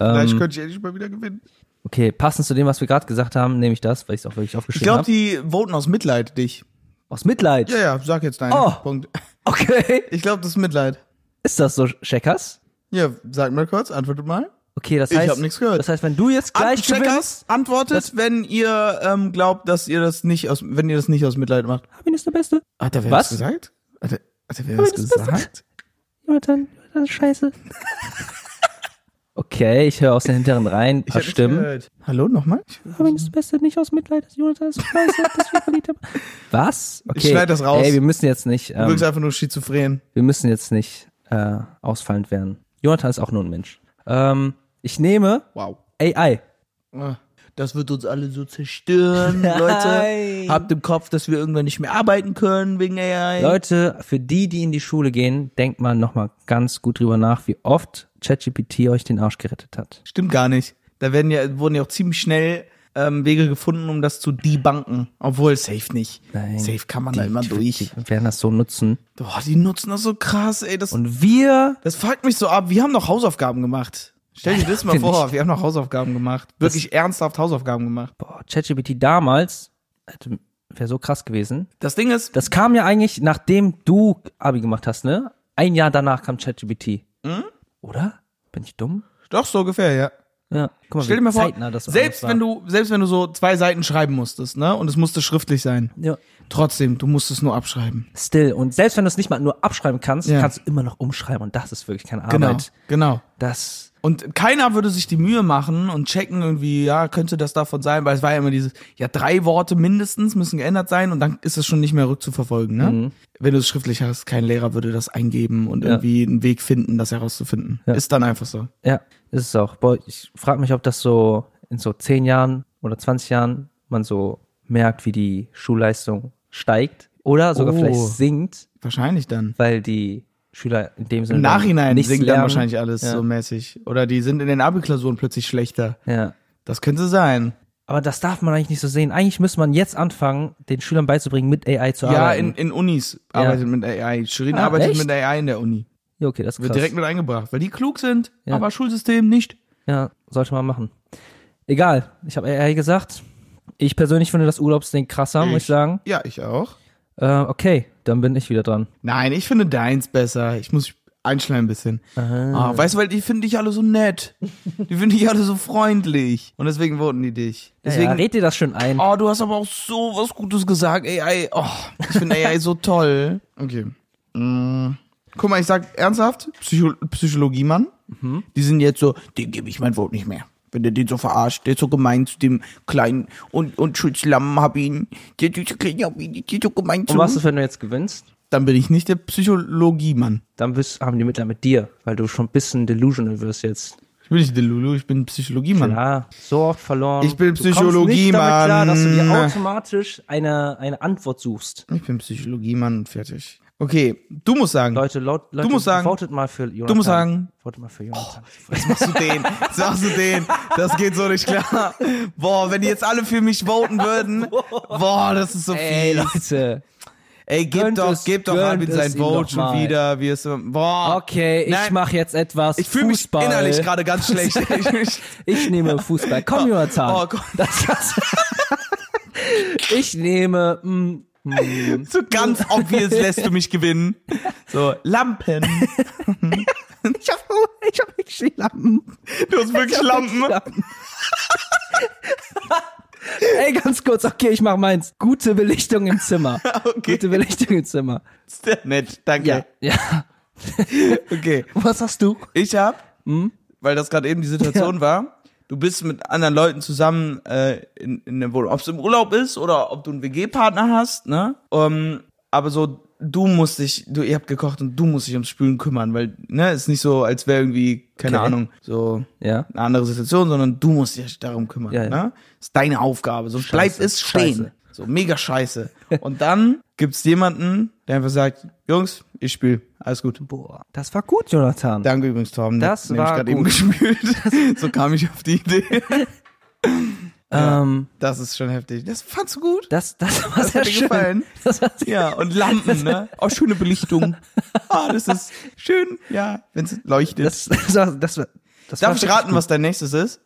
A: Ähm,
B: Vielleicht könnte ich endlich mal wieder gewinnen.
A: Okay, passend zu dem, was wir gerade gesagt haben, nehme ich das, weil ich es auch wirklich
B: Ich
A: aufgeschrieben
B: glaube,
A: habe.
B: die voten aus Mitleid dich.
A: Aus Mitleid.
B: Ja, ja, sag jetzt deinen
A: Oh.
B: Punkt.
A: Okay.
B: Ich glaube, das ist Mitleid.
A: Ist das so, Checkers?
B: Ja, sag mal kurz, antwortet mal.
A: Okay, das
B: Ich
A: heißt,
B: hab nichts gehört.
A: das heißt, wenn du jetzt gleich
B: Ant-
A: gewinnst,
B: antwortet,
A: Das-
B: wenn ihr ähm, glaubt, dass ihr das nicht aus, wenn ihr das nicht aus Mitleid macht.
A: Armin ist der Beste.
B: Hat er
A: Was?
B: gesagt? Hat er, hat er wer
A: Aber
B: was
A: das passt-
B: gesagt?
A: Jonathan, das ist scheiße. okay, ich höre aus den hinteren Reihen ein paar Stimmen. Ähm.
B: Hallo nochmal?
A: Armin ist der Beste, nicht aus Mitleid, dass Jonathan ist scheiße, dass wir verliebt haben. Was? Okay.
B: schneid das raus.
A: Ey, wir müssen jetzt nicht,
B: Du
A: ähm,
B: wirkst einfach nur schizophren.
A: wir müssen jetzt nicht äh, ausfallend werden. Jonathan ist auch nur ein Mensch. Ähm, ich nehme
B: Wow.
A: AI.
B: Ah. Das wird uns alle so zerstören,
A: Nein.
B: Leute. Habt im Kopf, dass wir irgendwann nicht mehr arbeiten können wegen AI.
A: Leute, für die, die in die Schule gehen, denkt mal nochmal ganz gut drüber nach, wie oft ChatGPT euch den Arsch gerettet hat.
B: Stimmt gar nicht. Da werden ja, wurden ja auch ziemlich schnell ähm, Wege gefunden, um das zu debunken. Obwohl, safe nicht.
A: Nein.
B: Safe kann man da immer durch.
A: Wir werden das so nutzen.
B: Boah, die nutzen das so krass, ey. Das,
A: Und wir
B: das fuckt mich so ab. Wir haben noch Hausaufgaben gemacht. Stell dir das mal
A: Finde
B: vor, wir haben noch Hausaufgaben gemacht. Wirklich ernsthaft Hausaufgaben gemacht.
A: boah, ChatGPT damals wäre so krass gewesen.
B: Das Ding ist,
A: Das kam ja eigentlich, nachdem du Abi gemacht hast, ne? Ein Jahr danach kam ChatGPT.
B: Hm?
A: Oder? Bin ich dumm?
B: doch so ungefähr, ja.
A: Ja, guck mal,
B: Stell
A: wie
B: dir mal vor,
A: Also zeitnah das
B: selbst
A: alles
B: wenn
A: war.
B: du, selbst wenn du so zwei Seiten schreiben musstest, ne, und es musste schriftlich sein,
A: Ja,
B: trotzdem, du musstest nur abschreiben.
A: still. Und selbst wenn du es nicht mal nur abschreiben kannst,
B: Ja.
A: kannst du immer noch umschreiben. Und das ist wirklich keine Arbeit.
B: Genau, genau.
A: Das
B: Und keiner würde sich die Mühe machen und checken irgendwie, ja, könnte das davon sein, weil es war ja immer dieses, ja, drei Worte mindestens müssen geändert sein und dann ist es schon nicht mehr rückzuverfolgen, ne?
A: Mhm.
B: Wenn du es schriftlich hast, kein Lehrer würde das eingeben und irgendwie einen Weg finden, das herauszufinden. Ist dann einfach so.
A: Ja, ist es auch. Boah, ich frage mich, ob das so in so 10 Jahren oder 20 Jahren man so merkt, wie die Schulleistung steigt oder sogar
B: Oh.
A: vielleicht sinkt,
B: Wahrscheinlich dann.
A: weil die Schüler in dem Sinne
B: Im
A: dann
B: Nachhinein
A: nichts
B: singt
A: lernen.
B: dann wahrscheinlich alles
A: Ja.
B: so mäßig. Oder die sind in den Abi-Klausuren plötzlich schlechter.
A: Ja.
B: Das könnte sein.
A: Aber das darf man eigentlich nicht so sehen. Eigentlich müsste man jetzt anfangen, den Schülern beizubringen, mit AI zu
B: Ja, in,
A: arbeiten.
B: in Unis arbeitet mit AI. Shirin
A: Ah,
B: arbeitet
A: echt?
B: mit AI in der Uni.
A: Ja, okay, das ist
B: Wird
A: krass.
B: direkt mit eingebracht, weil die klug sind,
A: Ja.
B: aber Schulsystem nicht.
A: Ja, sollte man machen. Egal, ich habe AI gesagt. Ich persönlich finde das Urlaubsding krasser, muss ich sagen.
B: Ja, ich auch.
A: Äh, okay, dann bin ich wieder dran.
B: Nein, ich finde deins besser. Ich muss einschleimen ein bisschen. Ah, weißt du, weil die finden dich alle so nett. Die finden dich alle so freundlich. Und deswegen voten die dich.
A: Deswegen ja,
B: Deswegen.
A: red dir das schön ein.
B: Oh, du hast aber auch so was Gutes gesagt, AI. Oh, ich finde AI so toll. Okay. Mm, guck mal, ich sag ernsthaft, Psycho Psychologiemann,
A: Mhm.
B: die sind jetzt so, den gebe ich mein Wort nicht mehr. Wenn der den so verarscht, der ist so gemein zu dem kleinen und, und Schutzlamm hab ihn, der süße Kleine hab ihn, der ist so gemein zu.
A: Und was ist, wenn du jetzt gewinnst?
B: Dann bin ich nicht der Psychologiemann.
A: Dann bist, haben die Mittler mit dir, weil du schon ein bisschen delusional wirst jetzt.
B: Ich bin nicht der Lulu, ich bin Psychologiemann.
A: Ja, so oft verloren.
B: Ich bin
A: Du kommst
B: Psychologie,
A: nicht damit klar,
B: Mann.
A: dass du dir automatisch eine, eine Antwort suchst.
B: Ich bin Psychologiemann und fertig. Okay, du musst sagen.
A: Leute, laut, Leute
B: musst sagen-
A: votet mal für Jonathan.
B: musst sagen- Oh,
A: Votet mal für Jonathan.
B: Sagst du den? Sagst du den? Das geht so nicht klar. Boah, wenn die jetzt alle für mich voten würden. Boah, das ist so
A: Ey,
B: viel.
A: Leute.
B: Ey, gib
A: gönnt
B: doch,
A: es-
B: gib doch
A: gönnt
B: Armin
A: es
B: sein
A: ihm
B: Vote
A: doch
B: schon
A: mal.
B: wieder. Wie es, boah.
A: Okay, ich
B: Nein,
A: mache jetzt etwas
B: Ich fühle mich
A: Fußball.
B: innerlich gerade ganz schlecht. Ich, ich,
A: Ich nehme Fußball. Komm, Jonathan.
B: oh Gott.
A: Das, das, ich nehme... Mm, mm.
B: so ganz obvious lässt du mich gewinnen. So, Lampen.
A: Ich habe ich hab wirklich Lampen.
B: Du hast wirklich Lampen.
A: Ey, ganz kurz. Okay, ich mache meins. Gute Belichtung im Zimmer.
B: Okay.
A: Gute Belichtung im Zimmer.
B: Nett, danke.
A: Ja. ja.
B: Okay.
A: Was hast du?
B: Ich hab,
A: Hm?
B: weil das gerade eben die Situation war, du bist mit anderen Leuten zusammen äh, in, in der Wohnung. Ob es im Urlaub ist oder ob du einen WG-Partner hast, ne? Ähm, aber so, du musst dich, du, ihr habt gekocht und du musst dich ums Spülen kümmern, weil, ne, ist nicht so, als wäre irgendwie, keine
A: Okay.
B: Ahnung, so
A: Ja.
B: eine andere Situation, sondern du musst dich darum kümmern,
A: Ja, ja.
B: ne? Ist deine Aufgabe, so bleibt es stehen.
A: Scheiße.
B: So mega scheiße. Und dann gibt's jemanden, der einfach sagt, Jungs, ich spül, alles gut.
A: Boah, das war gut, Jonathan.
B: Danke übrigens, Tom.
A: Das
B: Nämlich
A: war
B: gerade eben
A: gut.
B: gespielt. so kam ich auf die Idee.
A: ähm,
B: Das ist schon heftig. Das fandst du gut?
A: das, das war
B: Das
A: sehr
B: hat dir
A: schön.
B: gefallen?
A: Das war sehr
B: Ja, und Lampen, ne? Auch schöne Belichtung. Ah, das ist schön, ja, wenn es leuchtet.
A: das, das, war, das, war, das war
B: Darf ich
A: wirklich
B: raten,
A: gut.
B: was dein nächstes ist?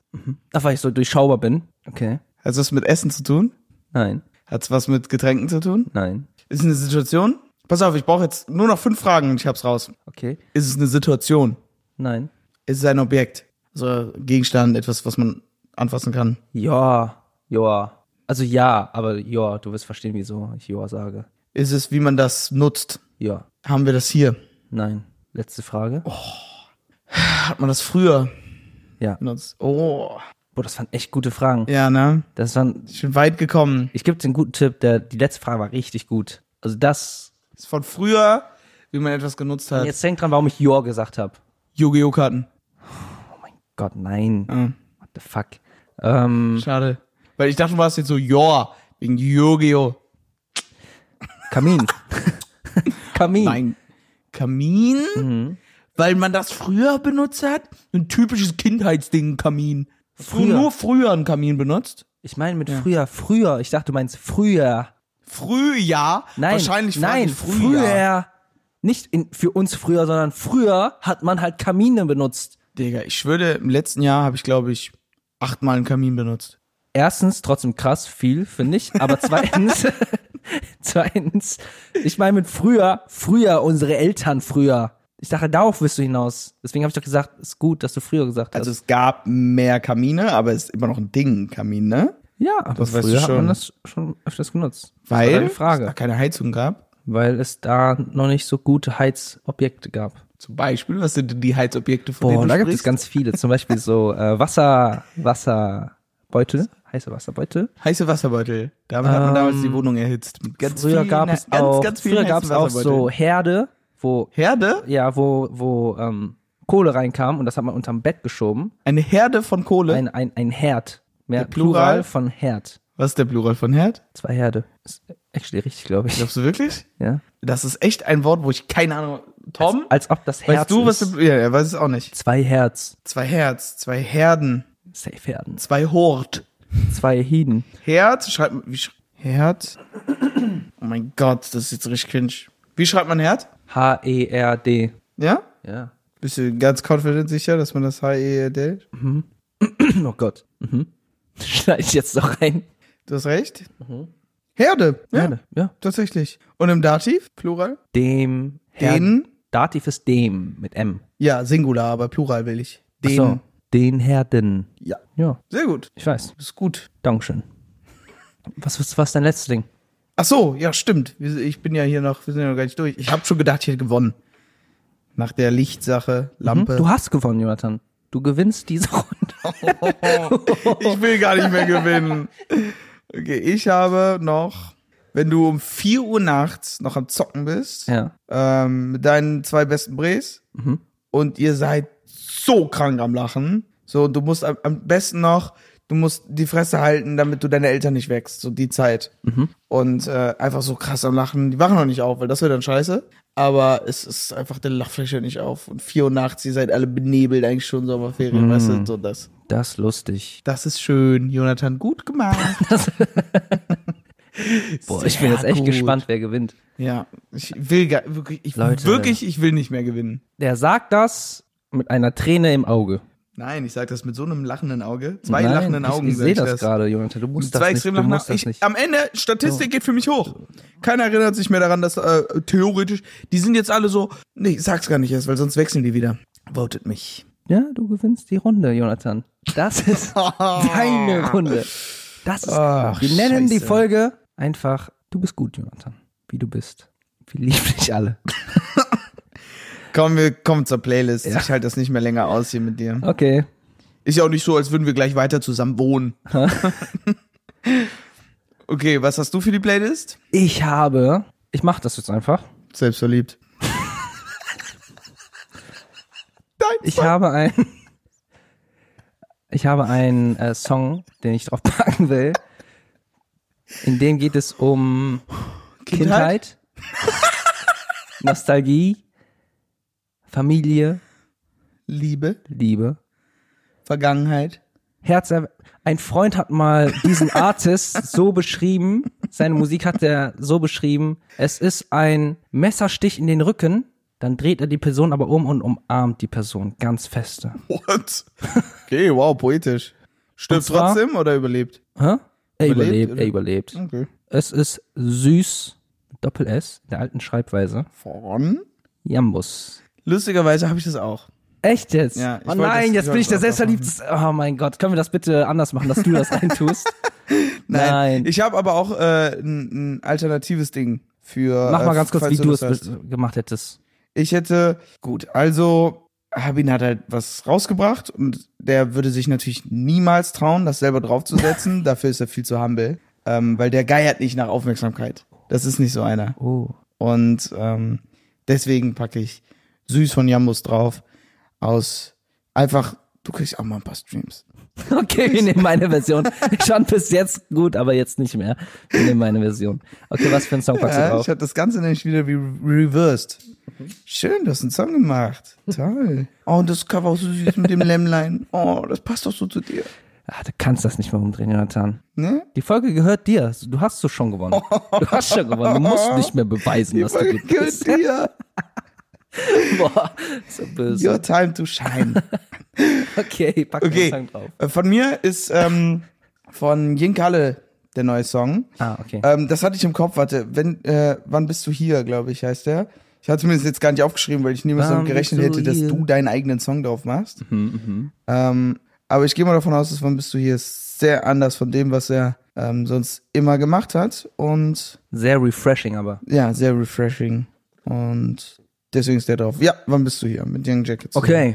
A: Ach, weil ich so durchschaubar bin. Okay.
B: Hat es was mit Essen zu tun?
A: Nein,
B: Hat es was mit Getränken zu tun?
A: nein.
B: Ist es eine Situation? Pass auf, ich brauche jetzt nur noch fünf Fragen und ich hab's raus.
A: Okay.
B: Ist es eine Situation?
A: Nein.
B: Ist es ein Objekt? Also Gegenstand, etwas, was man anfassen kann?
A: Ja, ja. Also ja, aber ja, du wirst verstehen, wieso ich ja sage.
B: Ist es, wie man das nutzt?
A: Ja,
B: Haben wir das hier?
A: nein. Letzte Frage.
B: Oh. Hat man das früher
A: Ja.
B: benutzt? Oh.
A: Boah, das waren echt gute Fragen.
B: Ja, ne?
A: Das waren,
B: Ich bin weit gekommen.
A: ich gebe dir einen guten Tipp, der, die letzte Frage war richtig gut. Also das,
B: Ist von früher, wie man etwas genutzt hat.
A: jetzt denk dran, warum ich ja gesagt habe.
B: Yu-Gi-Oh! Karten.
A: Gott, nein.
B: Äh.
A: What the fuck? Ähm,
B: Schade. Weil ich dachte, du warst jetzt so, ja, wegen Yu-Gi-Oh!
A: Hm. Kamin. Kamin.
B: Nein. Kamin?
A: Mhm.
B: Weil man das früher benutzt hat? Ein typisches Kindheitsding, Kamin. Früher.
A: Früher.
B: Nur früher einen Kamin benutzt?
A: Ich meine mit früher, früher. Ich dachte, du meinst früher.
B: Früher?
A: Nein,
B: Wahrscheinlich frag
A: nein,
B: ich früher.
A: Nicht in, für uns früher, sondern früher hat man halt Kamine benutzt.
B: Digga, ich schwöre, im letzten Jahr habe ich, glaube ich, achtmal einen Kamin benutzt.
A: Erstens, trotzdem krass viel, finde ich. Aber zweitens, zweitens, ich meine mit früher, früher, unsere Eltern früher. Ich dachte, darauf wirst du hinaus. Deswegen habe ich doch gesagt, ist gut, dass du früher gesagt hast.
B: Also es gab mehr Kamine, aber es ist immer noch ein Ding, ein Kamin, ne?
A: ja, aber
B: das weißt du
A: früher hat
B: schon.
A: man das schon öfters genutzt. Das war
B: Weil
A: deine Frage.
B: es da keine Heizung gab.
A: weil es da noch nicht so gute Heizobjekte gab.
B: Zum Beispiel, was sind denn die Heizobjekte von
A: Boah,
B: denen du
A: da gibt es
B: sprichst?
A: ganz viele. Zum Beispiel so äh, Wasser, Wasserbeutel, heiße Wasserbeutel.
B: heiße Wasserbeutel. Damit hat man
A: Ähm,
B: damals die Wohnung erhitzt. Mit ganz
A: früher
B: vielen,
A: gab es
B: ganz,
A: auch,
B: ganz vielen
A: früher gab es
B: heißen
A: auch so
B: Wasserbeuteln.
A: Herde, wo
B: Herde,
A: ja, wo wo ähm, Kohle reinkam und das hat man unterm Bett geschoben.
B: eine Herde von Kohle.
A: Ein ein ein Herd. Mehr
B: Der Plural?
A: Plural von Herd.
B: was ist der Plural von Herd?
A: Zwei Herde. Ist actually richtig, glaube ich.
B: Glaubst du wirklich?
A: Ja.
B: Das ist echt ein Wort, wo ich keine Ahnung. Tom,
A: Als ob das Herz
B: weißt du, was
A: ist.
B: du, ja, er weiß es auch nicht.
A: zwei Herz,
B: Zwei Herz, zwei Herden,
A: safe Herden,
B: zwei Hort.
A: zwei Hiden.
B: Herd, schreibt man, wie sch Herd? Oh mein Gott, das ist jetzt richtig cringe. Wie schreibt man Herd?
A: H E R D.
B: Ja?
A: Ja.
B: Bist du ganz confident sicher, dass man das E HE hält?
A: Oh Gott. Mhm. Schneide ich jetzt noch rein.
B: Du hast recht. Herde. Ja,
A: Mhm. Herde, ja.
B: tatsächlich. Und im Dativ, Plural?
A: Dem Herden.
B: Den?
A: Dativ ist dem mit M.
B: Ja, Singular, aber Plural will ich.
A: Ach
B: Den.
A: so. Den Herden.
B: Ja.
A: Ja,
B: Sehr gut.
A: ich weiß.
B: Ist gut.
A: Dankeschön. Was, was, was ist dein letztes Ding?
B: Ach so, ja, stimmt. Wir- Ich bin ja hier noch, wir sind ja noch gar nicht durch. Ich habe schon gedacht, ich hätte gewonnen. Nach der Lichtsache, Lampe.
A: Mhm. Hm? Du hast gewonnen, Jonathan. Du gewinnst diese Runde.
B: Ich will gar nicht mehr gewinnen. Okay, ich habe noch, wenn du um 4 Uhr nachts noch am Zocken bist,
A: Ja.
B: ähm, mit deinen zwei besten Bres und ihr seid so krank am Lachen. So, du musst am, am besten noch, du musst die Fresse halten, damit du deine Eltern nicht wächst, so die Zeit. Und äh, einfach so krass am Lachen. Die wachen noch nicht auf, weil das wäre dann scheiße. Aber es ist einfach, der Lachfläche hört nicht auf. Und 4 Uhr nachts, ihr seid alle benebelt, eigentlich schon Sommerferien, weißt du, so das.
A: Das ist lustig.
B: Das ist schön, Jonathan, gut gemacht.
A: Boah, ich bin jetzt echt
B: gut.
A: gespannt, wer gewinnt.
B: ja, ich will gar, wirklich, ich,
A: Leute.
B: wirklich, ich will nicht mehr gewinnen.
A: Der sagt das mit einer Träne im Auge.
B: Nein, ich sag das mit so einem lachenden Auge. Zwei
A: Nein,
B: lachenden
A: ich,
B: Augen.
A: Ich
B: sag
A: sehe das gerade, Jonathan. Du musst das
B: Zwei
A: nicht.
B: extrem
A: Du
B: lachende
A: musst
B: Augen.
A: das
B: Ich,
A: nicht.
B: am Ende, Statistik geht für mich hoch. Keiner erinnert sich mehr daran, dass äh, theoretisch, die sind jetzt alle so, nee, ich sag's gar nicht erst, weil sonst wechseln die wieder. Votet mich.
A: Ja, du gewinnst die Runde, Jonathan. Das ist deine Runde. Das ist,
B: Oh. Ach,
A: wir nennen die
B: Scheiße.
A: Folge einfach, du bist gut, Jonathan, wie du bist. Wir lieben dich alle.
B: Komm, wir kommen zur Playlist.
A: Ja.
B: Ich halte das nicht mehr länger aus hier mit dir.
A: Okay.
B: Ist ja auch nicht so, als würden wir gleich weiter zusammen wohnen. okay, was hast du für die Playlist?
A: Ich habe, ich mache das jetzt einfach.
B: Selbstverliebt.
A: Ich habe ein, ich habe einen äh, Song, den ich drauf packen will. In dem geht es um Kindheit, Nostalgie, Familie,
B: Liebe,
A: Liebe.
B: Vergangenheit.
A: Herz. Ein Freund hat mal diesen Artist so beschrieben, seine Musik hat er so beschrieben, es ist ein Messerstich in den Rücken, dann dreht er die Person aber um und umarmt die Person ganz feste.
B: What? Okay, wow, poetisch. Stirbt
A: Und zwar-
B: trotzdem oder überlebt?
A: Hä? Er
B: Überlebt,
A: überlebt, er überlebt.
B: Okay.
A: Es ist süß, Doppel S, in der alten Schreibweise.
B: Von?
A: Jambus.
B: Lustigerweise habe ich das auch.
A: Echt jetzt?
B: Ja, ich
A: oh
B: wollte das-
A: nein,
B: ich
A: jetzt bin
B: wollte
A: ich der
B: das auch
A: selbstverliebteste. Oh mein Gott, können wir das bitte anders machen, dass du das eintust? Nein.
B: Ich habe aber auch äh, ein, ein alternatives Ding für.
A: Mach mal
B: äh,
A: ganz kurz,
B: falls
A: wie du es
B: das hast.
A: be- gemacht hättest.
B: Ich hätte, gut, also Habin hat halt was rausgebracht und der würde sich natürlich niemals trauen, das selber draufzusetzen. Dafür ist er viel zu humble, ähm, weil der geiert nicht nach Aufmerksamkeit. Das ist nicht so einer.
A: Oh.
B: Und ähm, deswegen packe ich Süß von Jambus drauf aus einfach, du kriegst auch mal ein paar Streams.
A: Okay, wir nehmen meine Version. Ich fand bis jetzt gut, aber jetzt nicht mehr. Wir nehmen meine Version. Okay, was für ein Song packst du
B: Ja, ich
A: drauf? Mhm.
B: habe das Ganze nämlich wieder wie reversed. Schön, du hast einen Song gemacht. Toll. Oh, und das Cover auch so süß mit dem Lämmlein. Oh, das passt doch so zu dir.
A: Ach, Ah, du kannst das nicht mehr umdrehen, Jonathan.
B: Ne?
A: Die Folge gehört dir. Du hast so schon gewonnen. Du hast schon gewonnen. Du musst nicht mehr beweisen, was du
B: Folge
A: gut bist.
B: gehört dir.
A: Boah, so böse.
B: Your time to shine.
A: Okay, pack den
B: Okay,
A: Song drauf.
B: äh, von mir ist ähm, von Jinkalle der neue Song.
A: Ah, okay.
B: Ähm, das hatte ich im Kopf, warte, wenn, äh, wann bist du hier, glaube ich, heißt der. Ich hatte mir das jetzt gar nicht aufgeschrieben, weil ich niemals
A: Wann
B: damit gerechnet
A: bist du
B: hätte, dass
A: hier? Mhm,
B: du deinen eigenen Song drauf machst. ähm, aber ich gehe mal davon aus, dass wann bist du hier ist sehr anders von dem, was er ähm, sonst immer gemacht hat. Und
A: Sehr refreshing, aber.
B: ja, sehr refreshing. Und deswegen ist der drauf. Ja, wann bist du hier? Mit Young Jackets.
A: Okay.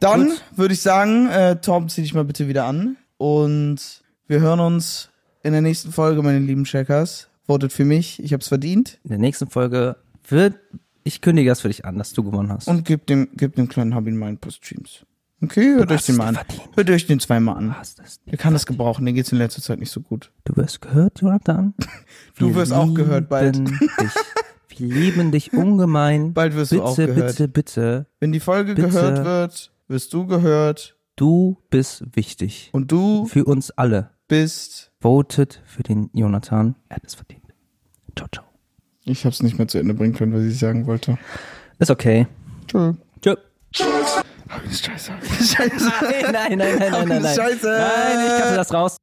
B: Dann würde ich sagen, äh, Torben, zieh dich mal bitte wieder an. Und wir hören uns in der nächsten Folge, meine lieben Checkers. Votet für mich, ich hab's verdient.
A: In der nächsten Folge wird. Ich kündige das für dich an, dass du gewonnen hast.
B: Und gebt dem, gebt dem kleinen Hobby mal ein paar Streams. Okay, hört euch
A: hast
B: den
A: es
B: mal an.
A: dir verdient.
B: Hört euch den zweimal an.
A: hast es.
B: Der kann das gebrauchen, der geht's in letzter Zeit nicht so gut.
A: Du wirst gehört, Jonathan.
B: Du
A: Wir
B: wirst auch gehört bald.
A: lieben Dich. Wir lieben dich ungemein.
B: Bald wirst
A: bitte,
B: du auch gehört.
A: Bitte, bitte, bitte.
B: Wenn die Folge
A: Bitte.
B: gehört wird, wirst du gehört.
A: Du bist wichtig.
B: Und du
A: Für uns alle.
B: bist.
A: Votet für den Jonathan. Er hat es verdient. Ciao, ciao.
B: Ich hab's nicht mehr zu Ende bringen können, was ich sagen wollte.
A: Ist okay.
B: Tschö.
A: Tschö.
B: Scheiße. Scheiße.
A: Nein, nein, nein, nein, nein, nein.
B: Scheiße.
A: Nein, ich kappe das raus.